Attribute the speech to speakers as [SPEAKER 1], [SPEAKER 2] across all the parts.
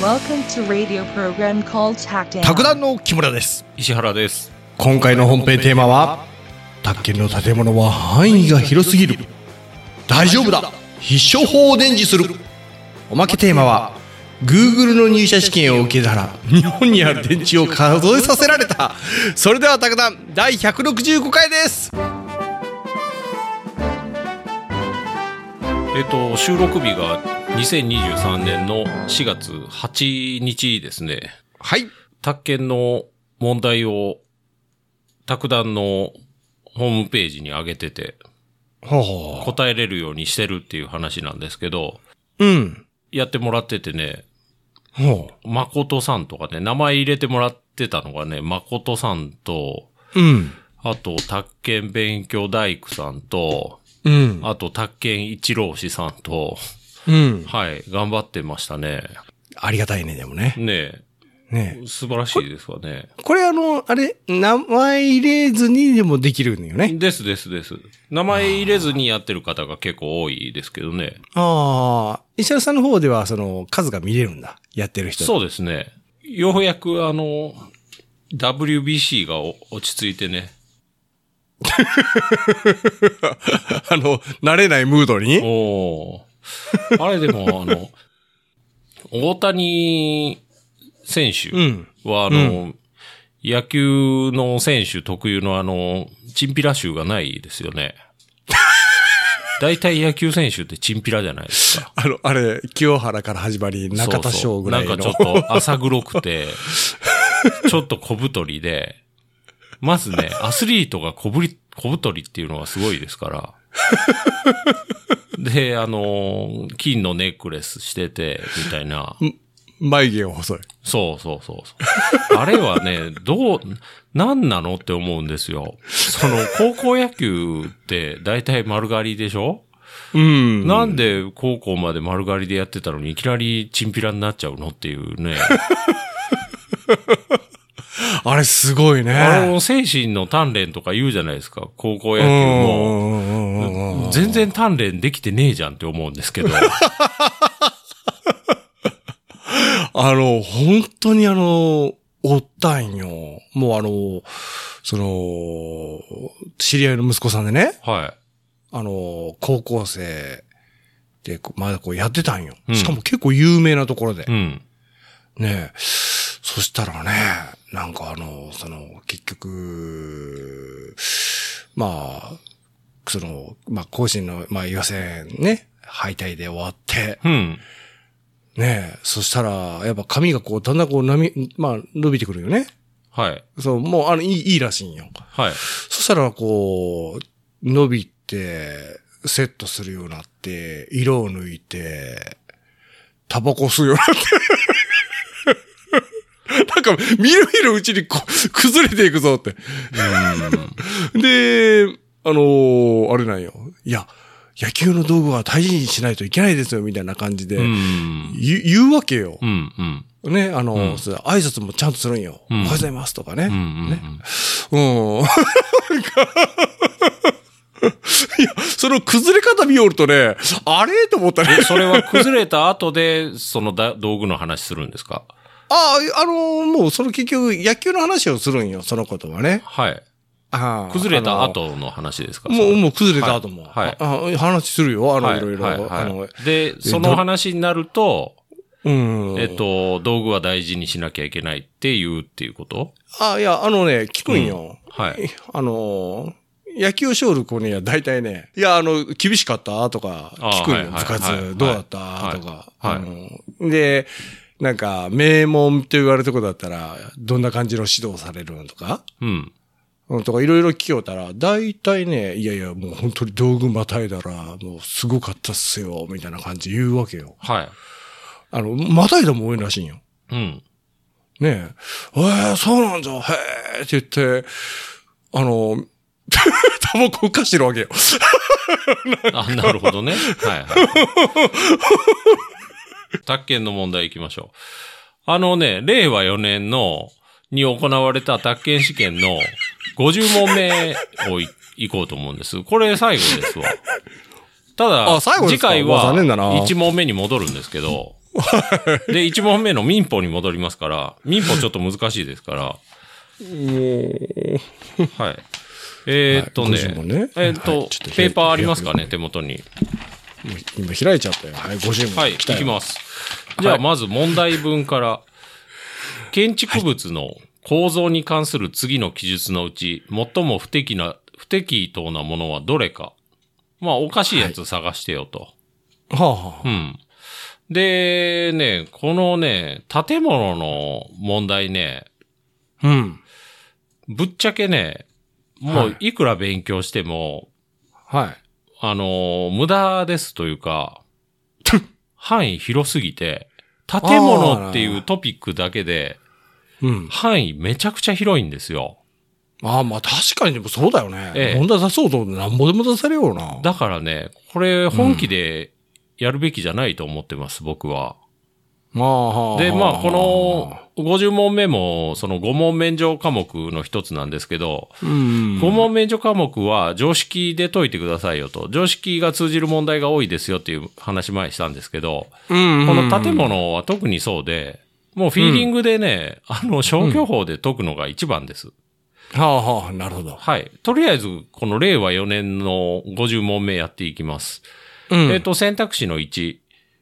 [SPEAKER 1] Welcome to radio program called Tactic.
[SPEAKER 2] 卓談の木村です
[SPEAKER 3] 石原です
[SPEAKER 2] 今回の本編テーマは宅建の建物は範囲が広すぎる大丈夫だ必勝法を伝授するおまけテーマは Google の入社試験を受けたら日本にある電池を数えさせられたそれでは卓談第165回です
[SPEAKER 3] えっと収録日が2023年の4月8日ですね
[SPEAKER 2] はい
[SPEAKER 3] 宅建の問題を卓談のホームページに上げてて
[SPEAKER 2] ほうほ
[SPEAKER 3] 答えれるようにしてるっていう話なんですけど
[SPEAKER 2] ううん
[SPEAKER 3] やってもらっててね
[SPEAKER 2] ほ
[SPEAKER 3] 誠さんとかね名前入れてもらってたのがね誠さんと
[SPEAKER 2] ううん
[SPEAKER 3] あと宅建勉強大工さんと
[SPEAKER 2] うん
[SPEAKER 3] あと宅建一郎氏さんと
[SPEAKER 2] うん
[SPEAKER 3] はい頑張ってましたね
[SPEAKER 2] ありがたいねでもね
[SPEAKER 3] ねえ
[SPEAKER 2] ね
[SPEAKER 3] 素晴らしいですわね。
[SPEAKER 2] これあのあれ名前入れずにでもできるんよね
[SPEAKER 3] ですですです。名前入れずにやってる方が結構多いですけどね。
[SPEAKER 2] ああ、石原さんの方では、その、数が見れるんだ。やってる人。う。
[SPEAKER 3] そうですね。ようやくあの、WBC がお落ち着いてね。
[SPEAKER 2] あの、慣れないムードに。
[SPEAKER 3] おーあれでもあの、大谷選手
[SPEAKER 2] うん。
[SPEAKER 3] はあの、野球の選手特有のあの、チンピラ臭がないですよね。大体野球選手ってチンピラじゃないですか。
[SPEAKER 2] あの、あれ、清原から始まり、中田
[SPEAKER 3] そうそ
[SPEAKER 2] 翔
[SPEAKER 3] う
[SPEAKER 2] ぐらいの。
[SPEAKER 3] なんかちょっと浅黒く て、ちょっと小太りで、まずね、アスリートが小ぶり、小太りっていうのがすごいですから。で、あのー金のネックレスしてて、みたいな。
[SPEAKER 2] 眉毛が細い。
[SPEAKER 3] そうそうそうそう。あれはね、どう、なんなのって思うんですよ。その、高校野球って大体丸刈りでしょ
[SPEAKER 2] うん。
[SPEAKER 3] なんで高校まで丸刈りでやってたのにいきなりチンピラになっちゃうのっていうね。
[SPEAKER 2] あれ、すごいね。
[SPEAKER 3] あの、精神の鍛錬とか言うじゃないですか、高校野球も。
[SPEAKER 2] うんうんうんうんうん。
[SPEAKER 3] 全然鍛錬できてねえじゃんって思うんで すけど。
[SPEAKER 2] あの、本当にあの、おったんよ。もうあの、その、知り合いの息子さんでね。
[SPEAKER 3] は
[SPEAKER 2] あの、高校生で、こうまだこうやってたんよ。
[SPEAKER 3] うん
[SPEAKER 2] しかも結構有名なところで
[SPEAKER 3] い。う。ん。
[SPEAKER 2] ねえ。そしたらね、なんかあの、その、結局、まあ、その、まあ、甲子園の、まあ、予選ね、敗退で終わって、
[SPEAKER 3] うん。
[SPEAKER 2] ねえ、そしたら、やっぱ髪がこう、だんだんこう、なみ、まあ、伸びてくるよね。
[SPEAKER 3] はい。
[SPEAKER 2] そう、もう、あの、いい、いいらしいんよ。
[SPEAKER 3] はい。
[SPEAKER 2] そしたら、こう、伸びて、セットするようになって、色を抜いて、タバコ吸うようになって。なんか、みるみるうちにこ崩れていくぞって。で、あのーあれなんよ。いや、野球の道具は大事にしないといけないですよ、みたいな感じで、
[SPEAKER 3] うん。うん。
[SPEAKER 2] 言う言うわけよ。
[SPEAKER 3] うん。うん。
[SPEAKER 2] ね、あのー
[SPEAKER 3] うん
[SPEAKER 2] そう挨拶もちゃんとするんよ。
[SPEAKER 3] う
[SPEAKER 2] お
[SPEAKER 3] ん
[SPEAKER 2] はようございますとかね。
[SPEAKER 3] うん。うん
[SPEAKER 2] ねうん。 なんか、いや、その崩れ方見よるとね、あれと思ったね
[SPEAKER 3] え。それは崩れた後で、そのだ道具の話するんですか
[SPEAKER 2] ああ、あのもうその結局野球の話をするんよ、そのことはね。
[SPEAKER 3] はい。
[SPEAKER 2] あー
[SPEAKER 3] 崩れた。
[SPEAKER 2] あ
[SPEAKER 3] 後の話ですか
[SPEAKER 2] のもう、
[SPEAKER 3] う、
[SPEAKER 2] もう崩れた後も。
[SPEAKER 3] はい
[SPEAKER 2] あ話するよ、あの、
[SPEAKER 3] はい
[SPEAKER 2] い、ろいろ。
[SPEAKER 3] はいはい
[SPEAKER 2] あの、
[SPEAKER 3] で、その話になると、
[SPEAKER 2] うん。
[SPEAKER 3] えっ。と、道具は大事にしなきゃいけないっていうっていうこと
[SPEAKER 2] あいや、あのね、聞くんよ。
[SPEAKER 3] はい。
[SPEAKER 2] あの野球勝る子には大体ね、いや、あの、厳しかったとか
[SPEAKER 3] あー
[SPEAKER 2] 聞くん
[SPEAKER 3] はい
[SPEAKER 2] よ、
[SPEAKER 3] はい
[SPEAKER 2] 部
[SPEAKER 3] はい
[SPEAKER 2] 活、どうだった
[SPEAKER 3] はい
[SPEAKER 2] とか。
[SPEAKER 3] はい
[SPEAKER 2] あので、なんか、名門って言われるとこだったら、どんな感じの指導されるんとか、
[SPEAKER 3] うん。
[SPEAKER 2] うんとかいろいろ聞きよったら、大体ね、いやいや、もう本当に道具またいだら、もうすごかったっすよ、みたいな感じ言うわけよ。
[SPEAKER 3] はい。
[SPEAKER 2] あの、またいだも多いらしいんよ。
[SPEAKER 3] うん。
[SPEAKER 2] ねえ、えー、そうなんじゃ、へえって言って、あの、 タバコ浮かしてるわけよ。
[SPEAKER 3] あ、なるほどね。はいはい。宅建の問題行きましょう。あのね、令和4年の、に行われた宅建試験の50問目をい行こうと思うんです。これ最後ですわ。ただ、
[SPEAKER 2] あ最後で
[SPEAKER 3] 次
[SPEAKER 2] すか
[SPEAKER 3] 回
[SPEAKER 2] まあ
[SPEAKER 3] は
[SPEAKER 2] 残念だな
[SPEAKER 3] 1問目に戻るんですけど、で、1問目の民法に戻りますから、民法ちょっと難しいですから、はい。えーっとね、
[SPEAKER 2] はい50問ね
[SPEAKER 3] えーっと、
[SPEAKER 2] はいちょっと
[SPEAKER 3] ペーパーありますかね、手元
[SPEAKER 2] も
[SPEAKER 3] に。
[SPEAKER 2] う今開いちゃったよ。はい、50問。
[SPEAKER 3] はい、い
[SPEAKER 2] 来たよ
[SPEAKER 3] きます。じゃあ、まず問題文 から、建築物の構造に関する次の記述のうち、最も不適な、不適当なものはどれか。まあ、おかしいやつ探してよと。
[SPEAKER 2] はあ、はあ
[SPEAKER 3] うん。で、ね、このね、建物の問題ね、
[SPEAKER 2] うん。
[SPEAKER 3] ぶっちゃけね、も
[SPEAKER 2] は
[SPEAKER 3] ういくら勉強しても、
[SPEAKER 2] はい。
[SPEAKER 3] あのー、無駄ですとい うか、範囲広すぎて、建物っていうトピックだけで、
[SPEAKER 2] うん。
[SPEAKER 3] 範囲めちゃくちゃ広いんですよ。
[SPEAKER 2] ああ、まあ確かにでもそうだよね。
[SPEAKER 3] ええ
[SPEAKER 2] 問題出そうと思ってなんぼでも出されような。
[SPEAKER 3] だからね、これ本気でやるべきじゃないと思ってます、僕は。
[SPEAKER 2] まあ、はあ
[SPEAKER 3] で、まあ、
[SPEAKER 2] は
[SPEAKER 3] この50問目も、その5問免除科目の一つなんですけど、
[SPEAKER 2] うん。
[SPEAKER 3] 5問免除科目は常識で解いてくださいよと。常識が通じる問題が多いですよっていう話前にしたんですけど、
[SPEAKER 2] うん
[SPEAKER 3] この建。物は特にそうで、もうフィーリングでね、あの、消去法で解くのが一番です。
[SPEAKER 2] はあ、はあ、なるほど。
[SPEAKER 3] はい。とりあえず、この令和4年の50問目やっていきます。
[SPEAKER 2] うん
[SPEAKER 3] えっ、と、選択肢の1、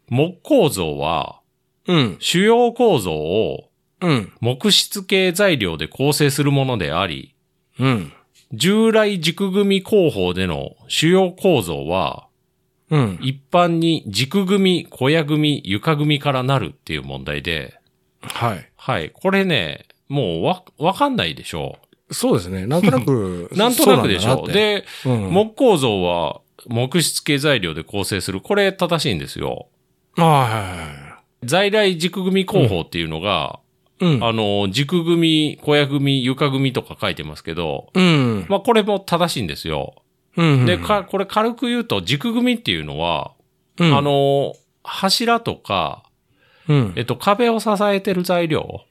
[SPEAKER 3] 木構造は、
[SPEAKER 2] うん。
[SPEAKER 3] 主要構造を
[SPEAKER 2] うん。
[SPEAKER 3] 木質系材料で構成するものであり、
[SPEAKER 2] うん。
[SPEAKER 3] 従来軸組工法での主要構造は、
[SPEAKER 2] うん。
[SPEAKER 3] 一般に軸組、小屋組、床組からなるっていう問題で、
[SPEAKER 2] はい。
[SPEAKER 3] はい。これね、もうわ、わかんないでしょ
[SPEAKER 2] そうですね。なんとなく。
[SPEAKER 3] う。なんとなくでしょう。
[SPEAKER 2] で、
[SPEAKER 3] で、
[SPEAKER 2] うん
[SPEAKER 3] 木構造は木質系材料で構成する。これ正しいんですよ。
[SPEAKER 2] ああ、はいはいは
[SPEAKER 3] 在来軸組工法っていうのが、
[SPEAKER 2] い。うん。
[SPEAKER 3] あの、軸組、小屋組、床組とか書いてますけど、
[SPEAKER 2] うん。
[SPEAKER 3] まあこれも正しいんですよ。
[SPEAKER 2] うん。
[SPEAKER 3] で、か、これ軽く言うと、軸組っていうのは、
[SPEAKER 2] うん、
[SPEAKER 3] あ、の、柱とか、
[SPEAKER 2] うん
[SPEAKER 3] え。っと、壁を支えてる材料。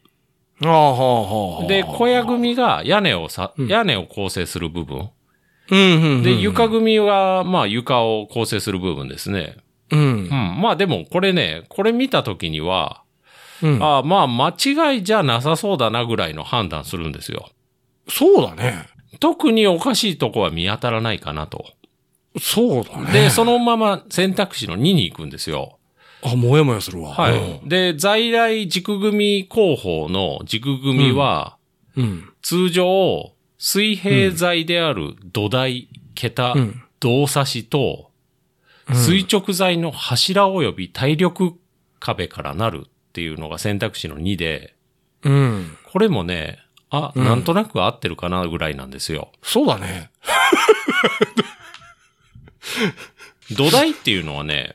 [SPEAKER 2] ああ、はあ、はあ。
[SPEAKER 3] で、小屋組が屋根をさ、
[SPEAKER 2] うん
[SPEAKER 3] 屋根を構成する部分。
[SPEAKER 2] うん、うん。
[SPEAKER 3] で、床組は、まあ、床を構成する部分ですね。
[SPEAKER 2] うん
[SPEAKER 3] う。ん。まあ、でも、これね、これ見たときには、
[SPEAKER 2] うん。あ、
[SPEAKER 3] ああ、まあ、間違いじゃなさそうだなぐらいの判断するんですよ。
[SPEAKER 2] そうだね。
[SPEAKER 3] 特におかしいとこは見当たらないかなと。
[SPEAKER 2] そうだね。
[SPEAKER 3] で、そのまま選択肢の2に行くんですよ。
[SPEAKER 2] あ、もやもやするわ。
[SPEAKER 3] は
[SPEAKER 2] うん
[SPEAKER 3] い。で、在来軸組工法の軸組は、
[SPEAKER 2] うん。
[SPEAKER 3] 通常、水平材である土台、桁
[SPEAKER 2] うん、
[SPEAKER 3] 胴差しと、
[SPEAKER 2] うん
[SPEAKER 3] 垂直材の柱及び体力壁からなるっていうのが選択肢の2で、
[SPEAKER 2] うん。
[SPEAKER 3] これもね、あ、
[SPEAKER 2] うん
[SPEAKER 3] なんとなく合ってるかなぐらいなんですよ。
[SPEAKER 2] そうだね。
[SPEAKER 3] 土台っていうの はね、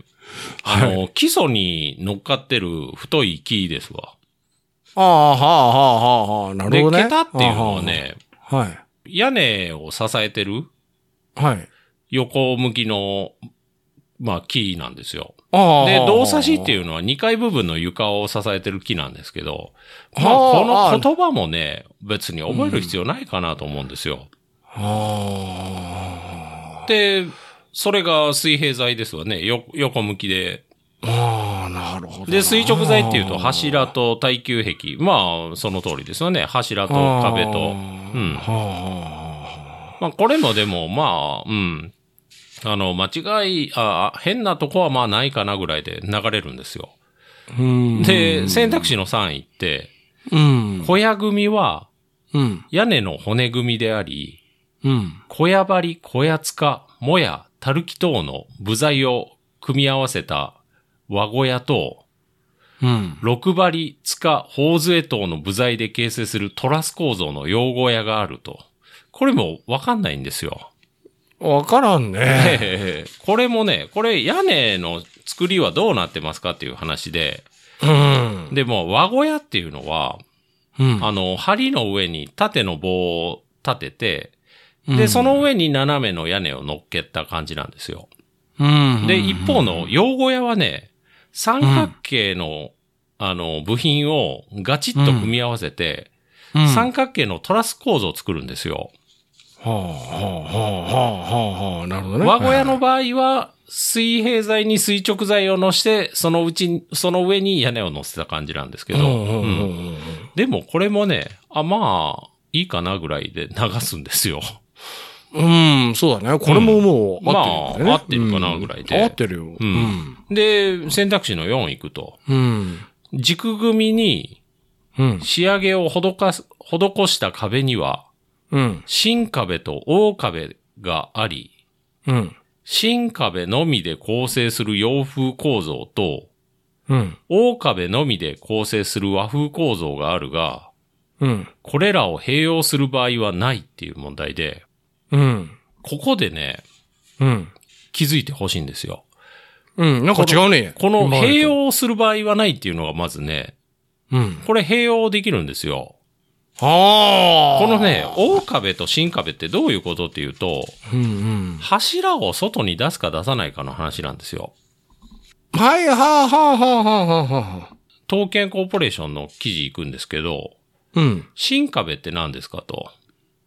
[SPEAKER 3] あの、基礎に乗っかってる太い木ですわ。
[SPEAKER 2] ああ、はあ、はあ、はあ、はあ。なる
[SPEAKER 3] で、
[SPEAKER 2] ほどね。
[SPEAKER 3] 桁っていうのはね、
[SPEAKER 2] ああ。はあ
[SPEAKER 3] 屋根を支えてる
[SPEAKER 2] はい。はい。
[SPEAKER 3] 横向きの、まあ、木なんですよ。
[SPEAKER 2] ああ。。
[SPEAKER 3] で、動差しっていううのは2階部分の床を支えてる木なんですけど、まあ、
[SPEAKER 2] はあ
[SPEAKER 3] この言葉もね、別に覚える必要ないかなと思うんですよ。
[SPEAKER 2] あ
[SPEAKER 3] で、それが水平材ですわね。よ横向きで。
[SPEAKER 2] あ。ああ、なるほど。
[SPEAKER 3] で、垂直材っていうと、柱と耐久壁。まあ、その通りですよね。柱と壁
[SPEAKER 2] ああ
[SPEAKER 3] と。うん
[SPEAKER 2] はあ、はあ。
[SPEAKER 3] まあ、これもでも、まあ、うん。あの、間違い、あ変なとこはまあないかなぐらいで流れるんですよ。
[SPEAKER 2] うん。
[SPEAKER 3] で、選択肢の3位って、
[SPEAKER 2] うん。
[SPEAKER 3] 小屋組は
[SPEAKER 2] うん。
[SPEAKER 3] 屋根の骨組みであり、
[SPEAKER 2] うん。
[SPEAKER 3] 小屋張り、小屋塚、もや、たるき等の部材を組み合わせた和小屋と、
[SPEAKER 2] うん。
[SPEAKER 3] 六張り、塚、頬杖等の部材で形成するトラス構造の用語屋があると。これもわかんないんで すよ。
[SPEAKER 2] わからんね。
[SPEAKER 3] ええこれもね、これ屋根の作りはどうなってますかっていう話で、
[SPEAKER 2] うん。
[SPEAKER 3] でも和小屋っていうのは、
[SPEAKER 2] うん
[SPEAKER 3] あの、梁の上に縦の棒を立てて、
[SPEAKER 2] う
[SPEAKER 3] で、
[SPEAKER 2] ん
[SPEAKER 3] その上に斜めの屋根を乗っけた感じなんですよ。
[SPEAKER 2] うん。
[SPEAKER 3] で、一方の洋小屋はね、三角形の、あの、部品をガチッと組み合わせて、
[SPEAKER 2] うん、
[SPEAKER 3] 三角形のトラス構造を作るんですよ。
[SPEAKER 2] ははあ、はあ、はあ、はあ、はあ、なるほどね。
[SPEAKER 3] 和小屋の場合は、水平材に垂直材を乗して、そのうちに、その上に屋根を乗せた感じなんですけ
[SPEAKER 2] うん
[SPEAKER 3] ど、
[SPEAKER 2] うんう
[SPEAKER 3] う
[SPEAKER 2] ん
[SPEAKER 3] ん
[SPEAKER 2] うん。
[SPEAKER 3] でもこれもね、あ、まあ、いいかなぐらいで流すんですよ。
[SPEAKER 2] うん、そうだね。これももう、合ってるんだよね。
[SPEAKER 3] まあ合ってるかなぐらいで
[SPEAKER 2] うん合ってるよ。
[SPEAKER 3] うん。で、選択肢の4行くと、
[SPEAKER 2] うん。
[SPEAKER 3] 軸組みに
[SPEAKER 2] うん。
[SPEAKER 3] 仕上げを施す施した壁には、
[SPEAKER 2] うん。
[SPEAKER 3] 新壁と大壁があり、
[SPEAKER 2] うん。
[SPEAKER 3] 新壁のみで構成する洋風構造と、
[SPEAKER 2] うん。
[SPEAKER 3] 大壁のみで構成する和風構造があるが、
[SPEAKER 2] うん。
[SPEAKER 3] これらを併用する場合はないっていう問題で、
[SPEAKER 2] うん。
[SPEAKER 3] ここでね、
[SPEAKER 2] うん。
[SPEAKER 3] 気づいてほしいんですよ。
[SPEAKER 2] うん。なんか違うね。
[SPEAKER 3] この
[SPEAKER 2] 今までと
[SPEAKER 3] 併。用する場合はないっていうのがまずね、
[SPEAKER 2] うん。
[SPEAKER 3] これ併用できるんですよ。
[SPEAKER 2] ああ。
[SPEAKER 3] このね、大壁と新壁ってどういうことっていうと、
[SPEAKER 2] うんうん。
[SPEAKER 3] 柱を外に出すか出さないかの話なんですよ。
[SPEAKER 2] はい、はあ、はあ、はあ、はあ、はあ、はあ。
[SPEAKER 3] 刀剣コーポレーションの記事行くんですけど、
[SPEAKER 2] うん。
[SPEAKER 3] 新壁って何ですかと。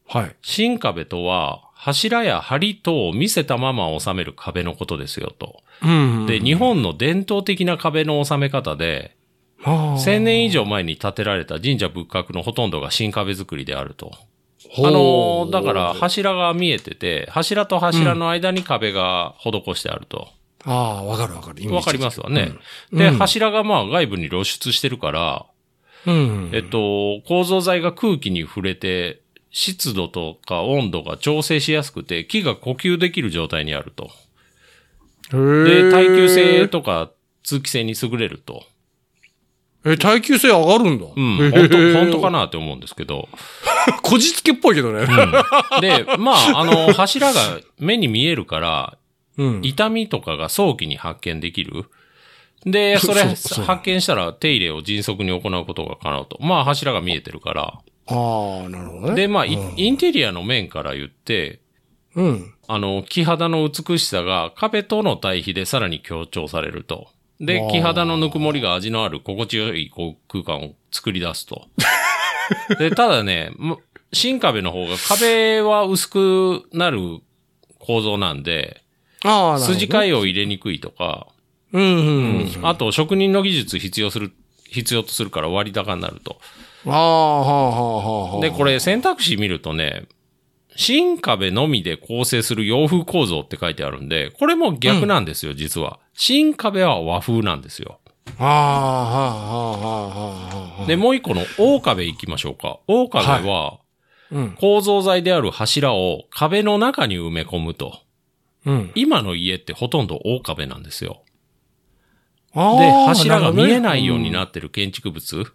[SPEAKER 2] はい。
[SPEAKER 3] 新壁とは、柱や梁等を見せたまま収める壁のことですよと。
[SPEAKER 2] うん。
[SPEAKER 3] で、日本の伝統的な壁の収め方で、
[SPEAKER 2] 本
[SPEAKER 3] 1000年以上前に建てられた神社仏閣のほとんどが新壁作りであると。あ
[SPEAKER 2] ほう
[SPEAKER 3] のー、だから柱が見えてて、柱と柱の間に壁が施してあると。
[SPEAKER 2] ああ、わかるわかる。イメージ
[SPEAKER 3] わかりますわね。
[SPEAKER 2] うん
[SPEAKER 3] で、
[SPEAKER 2] うん
[SPEAKER 3] 柱がまあ外部に露出してるから、
[SPEAKER 2] うん。
[SPEAKER 3] えっと、構造材が空気に触れて、湿度とか温度が調整しやすくて、木が呼吸できる状態にあると。で、
[SPEAKER 2] で
[SPEAKER 3] 耐久性。とか通気性に優れると。
[SPEAKER 2] え、耐久性上がるんだ。う
[SPEAKER 3] うん。本当本当かなって思うんですけど。
[SPEAKER 2] こじつけっぽいけどね。
[SPEAKER 3] うん で、まあ、あの、柱が目に見えるから、
[SPEAKER 2] うん。
[SPEAKER 3] 痛みとかが早期に発見できる。で、そ れ
[SPEAKER 2] そうそう
[SPEAKER 3] 発見したら手入れを迅速に行うことが可能と。まあ、柱が見えてるか
[SPEAKER 2] ああ、なるほど
[SPEAKER 3] ら。
[SPEAKER 2] ね。
[SPEAKER 3] で、まあ、イインテリアの面から言って、
[SPEAKER 2] うん。
[SPEAKER 3] あの、木肌の美しさが壁との対比でさらに強調されると。で
[SPEAKER 2] あー、
[SPEAKER 3] 木肌のぬくもりが味のある心地よい空間を作り出すと。 で、ただね、む新壁の方が壁は薄くなる構造なんで、
[SPEAKER 2] ああ、なるほどね
[SPEAKER 3] 筋替えを入れにくいとか、
[SPEAKER 2] うんうんうん。
[SPEAKER 3] あと職人の技術必要する、必要とするから割高になると。
[SPEAKER 2] ああ、はあ、はあ、はあ。
[SPEAKER 3] で、これ選択肢見るとね、新壁のみで構成する洋風構造って書いてあるんで、これも逆なんですよ、実は。新壁は和風なんですよ。
[SPEAKER 2] ああ、はあ、はあ、はあ、はあ。
[SPEAKER 3] で、もう一個の大壁行きましょうか。大壁は、
[SPEAKER 2] うん。
[SPEAKER 3] 構造材である柱を壁の中に埋め込むと。
[SPEAKER 2] うん。
[SPEAKER 3] 今の家ってほとんど大壁なんですよ。
[SPEAKER 2] ああ
[SPEAKER 3] で、柱が見えないように
[SPEAKER 2] る
[SPEAKER 3] なってる建築物。
[SPEAKER 2] ほどね。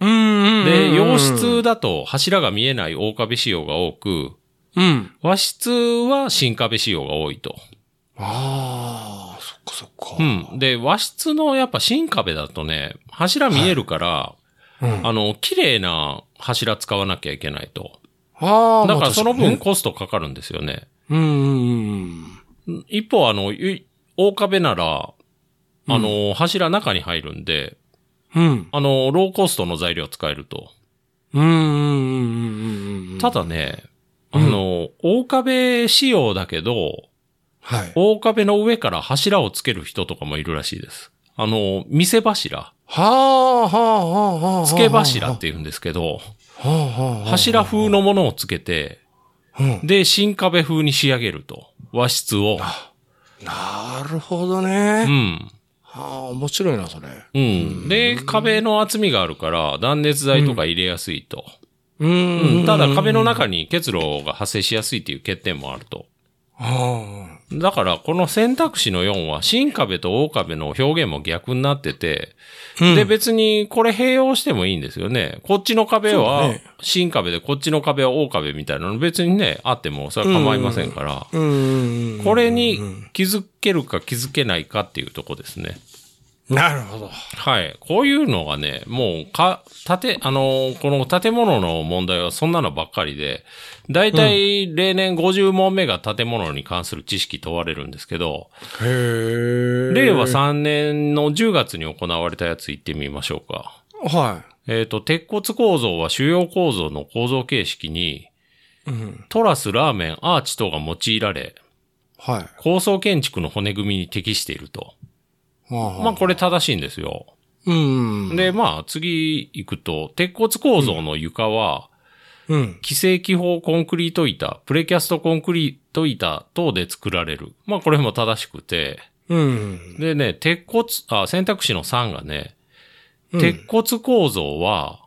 [SPEAKER 2] うんうん。
[SPEAKER 3] で、洋
[SPEAKER 2] うん
[SPEAKER 3] 室だと柱が見えない大壁仕様が多く、
[SPEAKER 2] うん。
[SPEAKER 3] 和室は新壁仕様が多いと。
[SPEAKER 2] ああ、そっかそっか。
[SPEAKER 3] うん。で、和室のやっぱ新壁だとね、柱見えるから、
[SPEAKER 2] うん。あ
[SPEAKER 3] あの、綺麗な柱使わなきゃいけないと。
[SPEAKER 2] あ、
[SPEAKER 3] だ
[SPEAKER 2] ま
[SPEAKER 3] から
[SPEAKER 2] あ
[SPEAKER 3] その。分
[SPEAKER 2] 確にね
[SPEAKER 3] コストかかるんですよね。
[SPEAKER 2] うんうんうん。
[SPEAKER 3] 一方、あの、ゆ大壁なら、あの、柱中に入るんで、
[SPEAKER 2] うん。
[SPEAKER 3] あの、ローコストの材料使えると。
[SPEAKER 2] うんうんうんうんうんうん。
[SPEAKER 3] ただね、あの、大壁仕様だけど、
[SPEAKER 2] はい。
[SPEAKER 3] 大壁の上から柱をつける人とかもいるらしいです。あの、見せ柱、
[SPEAKER 2] はあ、はあ、はあ、はあ。
[SPEAKER 3] 付け柱っ。て言うんですけど、
[SPEAKER 2] はあ、はあ。
[SPEAKER 3] 柱風のものをつけて、
[SPEAKER 2] うん。
[SPEAKER 3] で、新壁風に仕上げると。和室を。
[SPEAKER 2] なるほど
[SPEAKER 3] う
[SPEAKER 2] ね。
[SPEAKER 3] ん。
[SPEAKER 2] はあ、面白いな、それ。
[SPEAKER 3] うん。で、壁の厚みがあるから、断熱材とか入れやすいと。
[SPEAKER 2] う
[SPEAKER 3] うん
[SPEAKER 2] ん。
[SPEAKER 3] ただ、壁の中に結露が発生しやすいっていう欠点もあると。
[SPEAKER 2] は
[SPEAKER 3] だから、この選択肢の4は、新壁と大壁の表現も逆になってて、
[SPEAKER 2] あ。うん
[SPEAKER 3] で、、別にこれ併用してもいいんですよね。こっちの壁
[SPEAKER 2] そう
[SPEAKER 3] は
[SPEAKER 2] だね
[SPEAKER 3] 新壁で、こっちの壁は大壁みたいなの別にね、あってもそれは構いませんから、
[SPEAKER 2] うんうんうん。
[SPEAKER 3] これに気づけるか気づけないかっていうとこですね。
[SPEAKER 2] なるほど。
[SPEAKER 3] はい。こういうのがね、もう、か、建て、あのーこの建物の問題はそんなのばっかりで、だいたい例年50問目が建物に関する知識問われるんですけど、
[SPEAKER 2] へえ。
[SPEAKER 3] 令和3年の10月に行われたやつ行ってみましょうか。
[SPEAKER 2] は
[SPEAKER 3] えっ、と、鉄骨構造は主要構造の構造形式に、
[SPEAKER 2] い。うん。
[SPEAKER 3] トラス、ラーメン、アーチ等が用いられ、
[SPEAKER 2] はい。
[SPEAKER 3] 高層建築の骨組みに適していると。
[SPEAKER 2] は
[SPEAKER 3] まあこれ正しいんですよ。
[SPEAKER 2] うん。、
[SPEAKER 3] で、まあ次行くと、鉄骨構造の床は、
[SPEAKER 2] うん。
[SPEAKER 3] 既成気泡コンクリート板、プレキャストコンクリート板等で作られる。まあこれも正しくて。
[SPEAKER 2] うん。
[SPEAKER 3] でね、鉄骨、あ、選択肢の3がね、鉄骨構造は、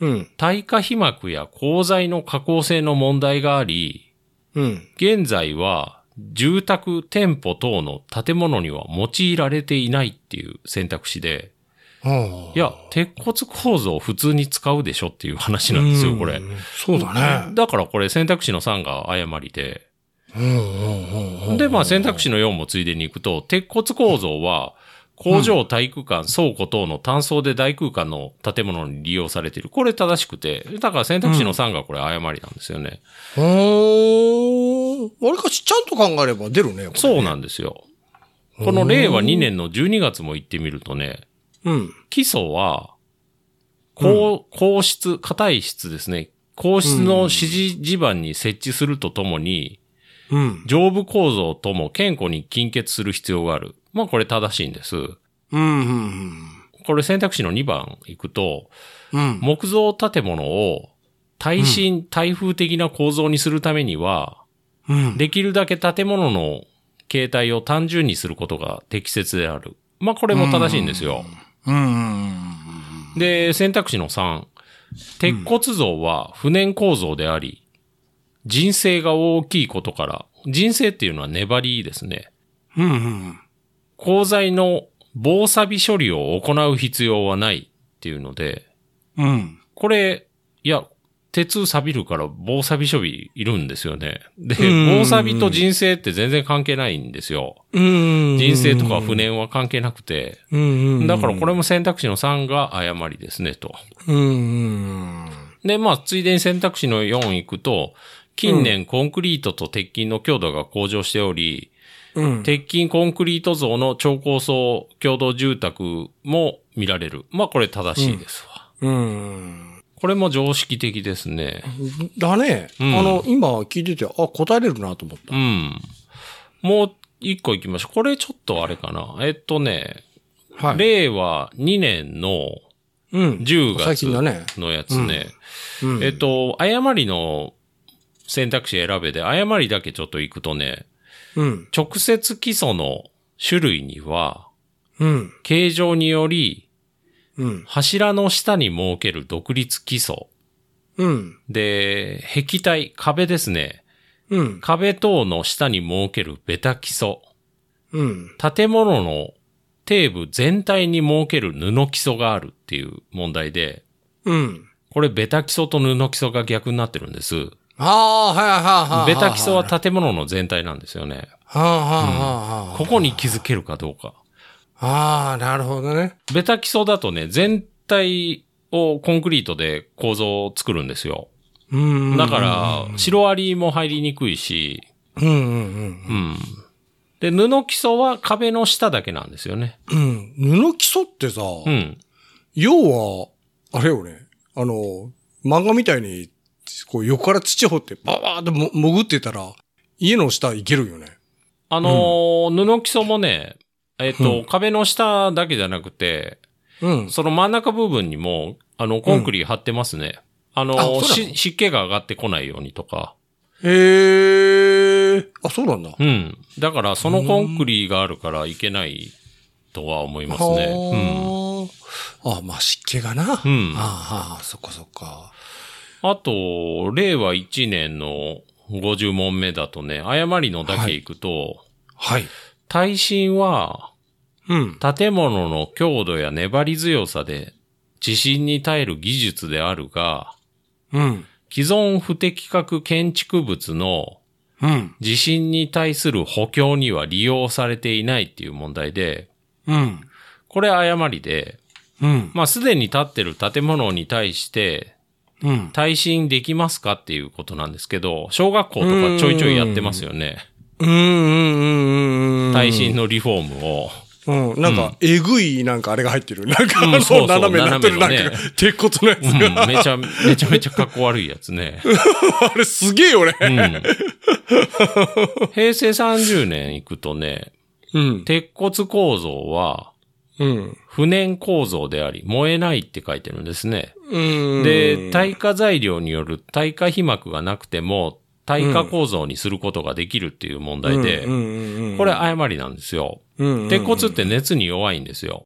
[SPEAKER 2] うん。
[SPEAKER 3] 耐火被膜や鋼材の加工性の問題があり、
[SPEAKER 2] うん。
[SPEAKER 3] 現在は住宅、店舗等の建物には用いられていないっていう選択肢で、
[SPEAKER 2] はい
[SPEAKER 3] や、鉄骨構造普通に使うでしょっていう話なんですよ、これ。。
[SPEAKER 2] そうだね。
[SPEAKER 3] だからこれ選択肢の3が誤りで。
[SPEAKER 2] うんうんうんうん。
[SPEAKER 3] で、まあ選択肢の4もついでに行くと、鉄骨構造は、工場、体育館、倉庫等の単層で大空間の建物に利用されている。これ正しくて。だから選択肢の3がこれ誤りなんですよね。
[SPEAKER 2] おー。わりかしちゃんと考えれば出るね。これ
[SPEAKER 3] そうなんですよ。この令和2年の12月も行ってみるとね、
[SPEAKER 2] うん。
[SPEAKER 3] 基礎は、高、硬質、硬い質ですね。硬質の支持地盤に設置するとともに、
[SPEAKER 2] うん。
[SPEAKER 3] 上部構造とも健康に緊結する必要がある。まあこれ正しいんです。
[SPEAKER 2] うん。うん。
[SPEAKER 3] これ選択肢の2番行くと、
[SPEAKER 2] うん。
[SPEAKER 3] 木造建物を耐震、耐風的な構造にするためには、
[SPEAKER 2] うん。
[SPEAKER 3] できるだけ建物の形態を単純にすることが適切である。まあこれも正しいんですよ。
[SPEAKER 2] うん。
[SPEAKER 3] で、選択肢の3。鉄骨像は不燃構造であり、人生が大きいことから、人生っていうのは粘りですね。
[SPEAKER 2] うん。うん。
[SPEAKER 3] 鋼材の防錆処理を行う必要はないっていうので、
[SPEAKER 2] うん。
[SPEAKER 3] これ、いや、鉄錆びるから防錆処理いるんですよね。で、
[SPEAKER 2] うん
[SPEAKER 3] 防錆と人生って全然関係ないんですよ。
[SPEAKER 2] うん。
[SPEAKER 3] 人生とか不燃は関係なくて、
[SPEAKER 2] うん。
[SPEAKER 3] だからこれ
[SPEAKER 2] も。
[SPEAKER 3] も選択肢の3が誤りですね、と。
[SPEAKER 2] うん。
[SPEAKER 3] で、まあ、ついでに選択肢の4行くと、近年コンクリートと鉄筋の強度が向上しており、
[SPEAKER 2] うん。
[SPEAKER 3] 鉄筋コンクリート像の超高層共同住宅も見られる。まあ、これ正しいですわ。
[SPEAKER 2] うん。
[SPEAKER 3] これも常識的ですね。
[SPEAKER 2] だね。
[SPEAKER 3] うん
[SPEAKER 2] あの、今聞いてて、あ、答えれるなと思った
[SPEAKER 3] う。ん。もう一個行きましょう。これちょっとあれかな。えっとね、
[SPEAKER 2] はい。
[SPEAKER 3] 令和2年の
[SPEAKER 2] うん。
[SPEAKER 3] 10
[SPEAKER 2] 最
[SPEAKER 3] 月
[SPEAKER 2] 近だね。
[SPEAKER 3] のやつね。
[SPEAKER 2] うん
[SPEAKER 3] えっ、と、誤りの選択肢選べで、誤りだけちょっと行くとね、
[SPEAKER 2] うん。
[SPEAKER 3] 直接基礎の種類には、
[SPEAKER 2] うん。
[SPEAKER 3] 形状により、
[SPEAKER 2] うん。
[SPEAKER 3] 柱の下に設ける独立基礎。
[SPEAKER 2] うん。
[SPEAKER 3] で、壁体、壁ですね。
[SPEAKER 2] うん。
[SPEAKER 3] 壁等の下に設けるベタ基礎。
[SPEAKER 2] うん。
[SPEAKER 3] 建物の底部全体に設ける布基礎があるっていう問題で、
[SPEAKER 2] うん。
[SPEAKER 3] これベタ基礎と布基礎が逆になってるんです。
[SPEAKER 2] ああー、はいはいはいはいはい。
[SPEAKER 3] ベタ基礎は建物の全体なんですよね。
[SPEAKER 2] はあはあはあ。
[SPEAKER 3] ここに気づけるかどうか。
[SPEAKER 2] ああ、なるほどね。
[SPEAKER 3] ベタ基礎だとね、全体をコンクリートで構造を作るんですよ。
[SPEAKER 2] うん。
[SPEAKER 3] だから、シロアリも入りにくいし、
[SPEAKER 2] うんうん
[SPEAKER 3] うん。で、布基礎は壁の下だけなんですよね。
[SPEAKER 2] うん。うん。布基礎ってさ、
[SPEAKER 3] うん。
[SPEAKER 2] 要は、あれよね、あの、漫画みたいに、こう横から土掘ってバーっても潜ってたら、家の下行けるよね。
[SPEAKER 3] あのー布基礎もね、えっ、と、
[SPEAKER 2] う
[SPEAKER 3] 壁の下だけじゃなくて、
[SPEAKER 2] うん。
[SPEAKER 3] その真ん中部分にも、あの、コンクリ張ってますね。あの
[SPEAKER 2] あそうな
[SPEAKER 3] ー
[SPEAKER 2] の
[SPEAKER 3] し湿気が上がってこないようにとか。
[SPEAKER 2] へえ。あ、そうなんだ。
[SPEAKER 3] うん。だから、そのコンクリがあるからいけないとは思いますね。
[SPEAKER 2] はああ、まあ湿気がな。
[SPEAKER 3] うん。うん。
[SPEAKER 2] ああ、そっかそっか。
[SPEAKER 3] あと、令和1年の50問目だとね、誤りのだけ行くと、
[SPEAKER 2] はい。
[SPEAKER 3] 耐震は
[SPEAKER 2] うん。
[SPEAKER 3] 建物の強度や粘り強さで地震に耐える技術であるが、
[SPEAKER 2] うん。
[SPEAKER 3] 既存不適格建築物の
[SPEAKER 2] うん。
[SPEAKER 3] 地震に対する補強には利用されていないっていう問題で、
[SPEAKER 2] うん。
[SPEAKER 3] これ誤りで、
[SPEAKER 2] うん。
[SPEAKER 3] まあ、すでに建ってる建物に対して
[SPEAKER 2] うん。
[SPEAKER 3] 耐震できますかっていうことなんですけど、小学校とかちょいちょいやってますよね。
[SPEAKER 2] うん。うん。
[SPEAKER 3] 耐震のリフォームを。
[SPEAKER 2] うん、なんか、えぐい、なんかあれが入ってる。なんか、あ
[SPEAKER 3] うんそ
[SPEAKER 2] の、
[SPEAKER 3] うそう
[SPEAKER 2] 斜めになってる、なん
[SPEAKER 3] 斜めのね
[SPEAKER 2] か、鉄骨のやつ
[SPEAKER 3] うん、
[SPEAKER 2] が。
[SPEAKER 3] めちゃ、めちゃめちゃかっこ悪いやつね。
[SPEAKER 2] あれすげえよね。
[SPEAKER 3] うん。平成30年行くとね、
[SPEAKER 2] うん。
[SPEAKER 3] 鉄骨構造は、
[SPEAKER 2] うん。
[SPEAKER 3] 不燃構造であり、燃えないって書いてるんですね。
[SPEAKER 2] うん。
[SPEAKER 3] で、耐火材料による耐火被膜がなくても、耐火構造にすることができるっていう問題で、
[SPEAKER 2] うんうんうんうん
[SPEAKER 3] これ、誤りなんですよ。
[SPEAKER 2] うんうん
[SPEAKER 3] 鉄骨って熱に弱いんですよ。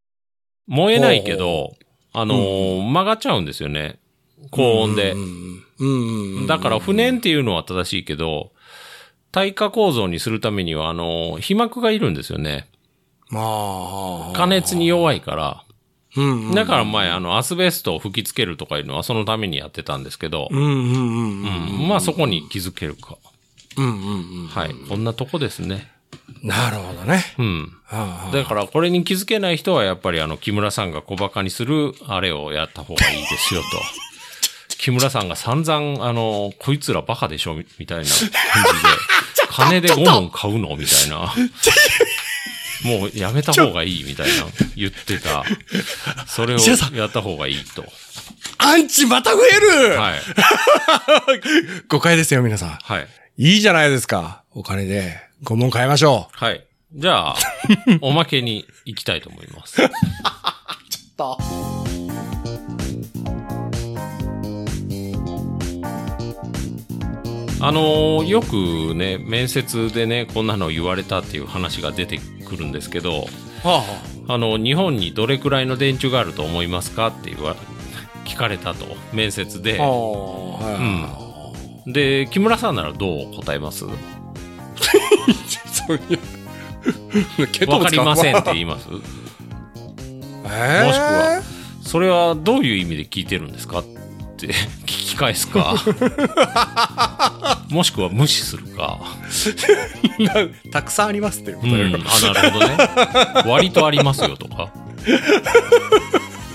[SPEAKER 3] 燃えないけど、あのー曲がっちゃうんですよね。高温で
[SPEAKER 2] うん。うんうんうん。
[SPEAKER 3] だから、不燃っていうのは正しいけど、耐火構造にするためには、あのー被膜がいるんですよね。
[SPEAKER 2] まあ、
[SPEAKER 3] 加熱に弱いから。
[SPEAKER 2] うんうん。
[SPEAKER 3] だから前、あの、アスベストを吹き付けるとかいうのはそのためにやってたんですけど、
[SPEAKER 2] うんうんうんう。
[SPEAKER 3] うんん、まあそこに気づけるか。
[SPEAKER 2] うんうん
[SPEAKER 3] はい。こんなとこですね。
[SPEAKER 2] うん。なるほどね。
[SPEAKER 3] うん。
[SPEAKER 2] あ
[SPEAKER 3] だからこれに気づけない人はやっぱりあの木村さんが小馬鹿にするあれをやった方がいいですよ と。木村さんが散々あの、こいつらバカでしょみみたいな感じで、金 で5問買うのみたいな。もうやめた方がいいみたいな言ってた。それを
[SPEAKER 2] 石田さん
[SPEAKER 3] やった方がいいと。
[SPEAKER 2] あアンチまた増える
[SPEAKER 3] はい。
[SPEAKER 2] 誤解ですよ、皆さん。
[SPEAKER 3] はい。
[SPEAKER 2] いいじゃないですか。お金で、5問買いましょう。
[SPEAKER 3] はい。じ ゃあ、おまけに行きたいと思います。あのーよくね、面接でね、こんなの言われたっていう話が出てくるんですけど、
[SPEAKER 2] は
[SPEAKER 3] あの、日本にどれくらいの電柱があると思いますかって言わ、聞かれたと、面接で
[SPEAKER 2] あ。は
[SPEAKER 3] で、木村さんならどう答えますわ
[SPEAKER 2] そういう。 ケト
[SPEAKER 3] かりませんって
[SPEAKER 2] え
[SPEAKER 3] 言います
[SPEAKER 2] ー、もしく
[SPEAKER 3] もしくは。、それはどういう意味で聞いてるんですかって 聞き返す か、もしくは無視するか。
[SPEAKER 2] たくさんありますっていう
[SPEAKER 3] う
[SPEAKER 2] 答
[SPEAKER 3] ん、
[SPEAKER 2] えが
[SPEAKER 3] あ、なるほどね。割とありますよとか。